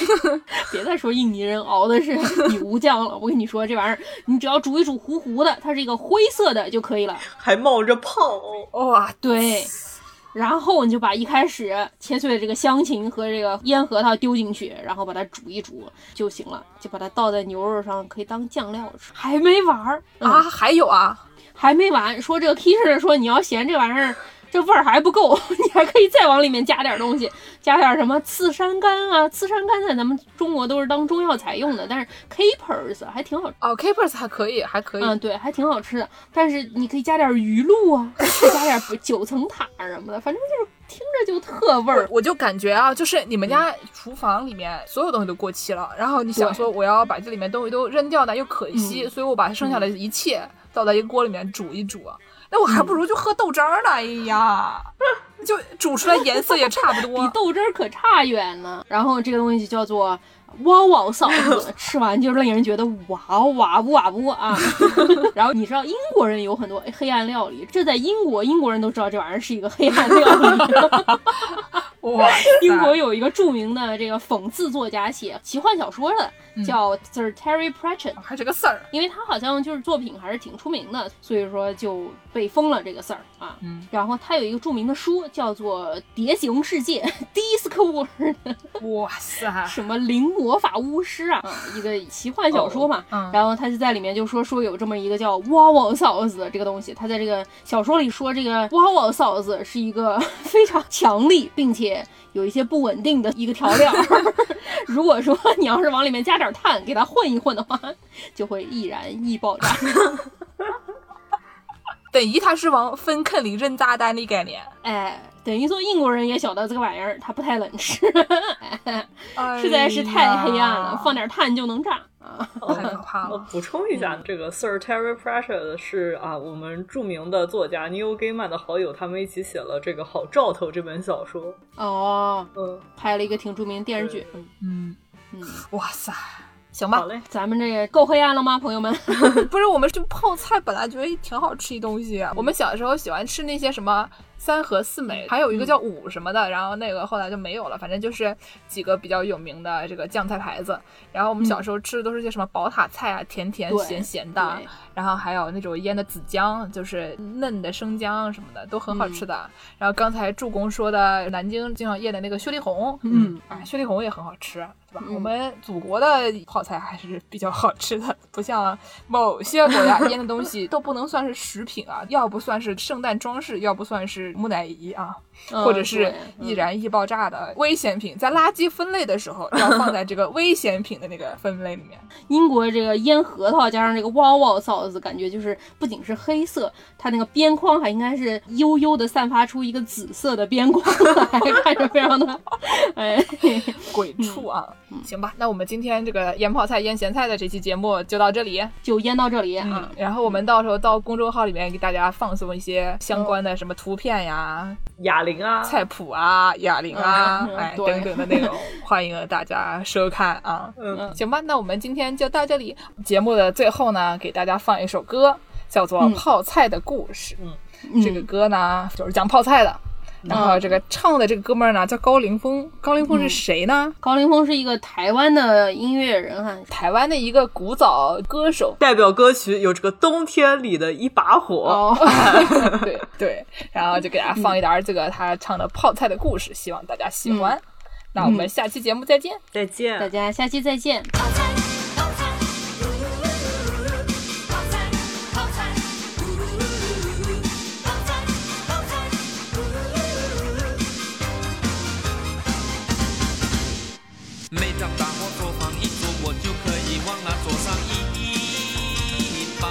S4: 别再说印尼人熬的是油酱了。我跟你说，这玩意儿你只要煮一煮糊糊的，它是一个灰色的就可以了。
S3: 还冒着泡，
S2: 哇，啊
S4: 对， 然后你就把一开始切碎的这个香芹和这个腌核桃丢进去，然后把它煮一煮就行了，就把它倒在牛肉上，可以当酱料吃。还没完儿嗯
S2: 啊，还有啊，
S4: 还没完，说这个 Kisser 说你要嫌这玩意儿这味儿还不够， 你还可以再往里面加点东西，加点什么刺山柑啊，刺山柑在咱们中国都是当中药材用的，但是 capers 还挺好，
S2: 哦，capers 还可以，还可以，
S4: 嗯，对，还挺好吃的。但是你可以加点鱼露啊， 再加点九层塔什么的，反正就是听着就特味儿。嗯
S2: 我就感觉啊，就是你们家厨房里面所有东西都过期了，然后你想
S4: 对嗯
S2: 说我要把这里面东西都扔掉呢，又可惜，所以我把剩下的一切倒在一个锅里面煮一煮。那我还
S4: 嗯
S2: 不如就喝豆汁儿呢，哎呀，就煮出来颜色也差不
S4: 比
S2: 多。
S4: 豆汁儿可差远了。然后这个东西就叫做哇哇臊子，吃完就令人觉得哇哦哇不哇不啊。然后你知道英国人有很多黑暗料理，这在英国英国人都知道这玩意儿是一个黑暗料理。
S2: 哇塞，
S4: 英国有一个著名的这个讽刺作家写奇幻小说的，叫 Sir Terry Pratchett。
S2: 还是个事儿。
S4: 因为他好像就是作品还是挺出名的，所以说就被封了这个事儿啊。
S2: 嗯，
S4: 然后他有一个著名的书叫做《蝶形世界》（Disc World），
S2: 哇塞，
S4: 什么灵魔法巫师啊，一个奇幻小说嘛。
S2: 嗯，
S4: 然后他就在里面就说说有这么一个叫哇哇臊子的这个东西，他在这个小说里说这个哇哇臊子是一个 非常强力并且有一些不稳定的一个调料。 如果说你要是往里面加点碳，给它混一混的话，就会易燃易爆炸。
S2: 等于它是往粪坑里扔炸弹的概念。
S4: 哎，等于说英国人也晓得这个玩意儿它不太能吃，实
S2: 实
S4: 在是太黑暗了，放点碳就能炸啊。
S2: 哎太可怕
S3: 我
S2: 了。
S3: 呃补充一下，这个 Sir Terry Pratchett 是啊，我们著名的作家 Neil Gaiman 的好友，他们一起写了这个《好兆头》这本小说。
S4: 哦，
S3: 嗯，
S4: 拍了一个挺著名的电视剧，嗯
S2: 嗯，
S4: 嗯。
S2: 哇塞，行吧
S3: 好，嘞，
S4: 咱们这个够黑暗了吗，朋友们？
S2: 不是，我们就泡菜本来觉得挺好吃的东西、我们小时候喜欢吃那些什么三和四美，还有一个叫五什么的，然后那个后来就没有了。反正就是几个比较有名的这个酱菜牌子。然后我们小时候吃的都是些什么宝塔菜啊，甜甜
S4: 对
S2: 咸咸的，
S4: 对
S2: 然后还有那种腌的紫姜，就是嫩的生姜什么的，都很好吃的。然后刚才助攻说的南京经常腌的那个雪里红，
S4: 嗯
S2: 啊，雪里红也很好吃，啊对吧？
S4: 嗯
S2: 我们祖国的泡菜还是比较好吃的，不像某些国家腌的东西都不能算是食品啊，要不算是圣诞装饰，要不算是木乃伊啊，
S4: 嗯
S2: 或者是
S4: 对
S2: 易燃易爆炸的危险品，在垃圾分类的时候要放在这个危险品的那个分类里面。
S4: 英国这个腌核桃加上这个 wow wow sauce，感觉就是不仅是黑色，它那个边框还应该是悠悠的散发出一个紫色的边框来，看着非常的，哎，
S2: 鬼畜啊！
S4: 嗯
S2: 行吧，那我们今天这个腌泡菜、腌咸菜的这期节目就到这里。
S4: 就腌到这里啊。
S2: 嗯，然后我们到时候到公众号里面给大家放送一些
S4: 嗯
S2: 相关的什么图片呀、
S3: 哑铃啊，
S2: 菜谱啊、哑铃啊
S4: 嗯、嗯
S2: 哎
S4: 对
S2: 等等的内容，欢迎大家收看啊。
S3: 嗯，
S2: 行吧，那我们今天就到这里。节目的最后呢，给大家放一首歌，叫做
S4: 嗯
S2: 《泡菜的故事》。
S4: 嗯
S2: 这个歌呢，就是讲泡菜的。然后这个唱的这个哥们儿呢叫高凌风，高凌风是谁呢？
S4: 高凌风是一个台湾的音乐人哈、
S2: 台湾的一个古早歌手。
S3: 代表歌曲有这个冬天里的一把火，
S4: 哦，
S2: 对对，然后就给大家放一点儿这个他唱的《泡菜的故事》，希望大家喜欢。那我们下期节目再见。
S3: 再见
S4: 大家下期再见。
S5: 泡菜，泡菜，呜呜呜！泡菜，泡菜，呜呜呜！泡菜，泡菜，呜呜呜！
S6: 每当大伙左方一坐，我就可以往那桌上一摆。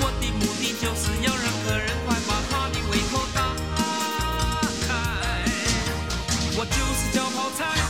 S6: 我的目的就是要让客人快把他的胃口打开。我就是叫泡菜。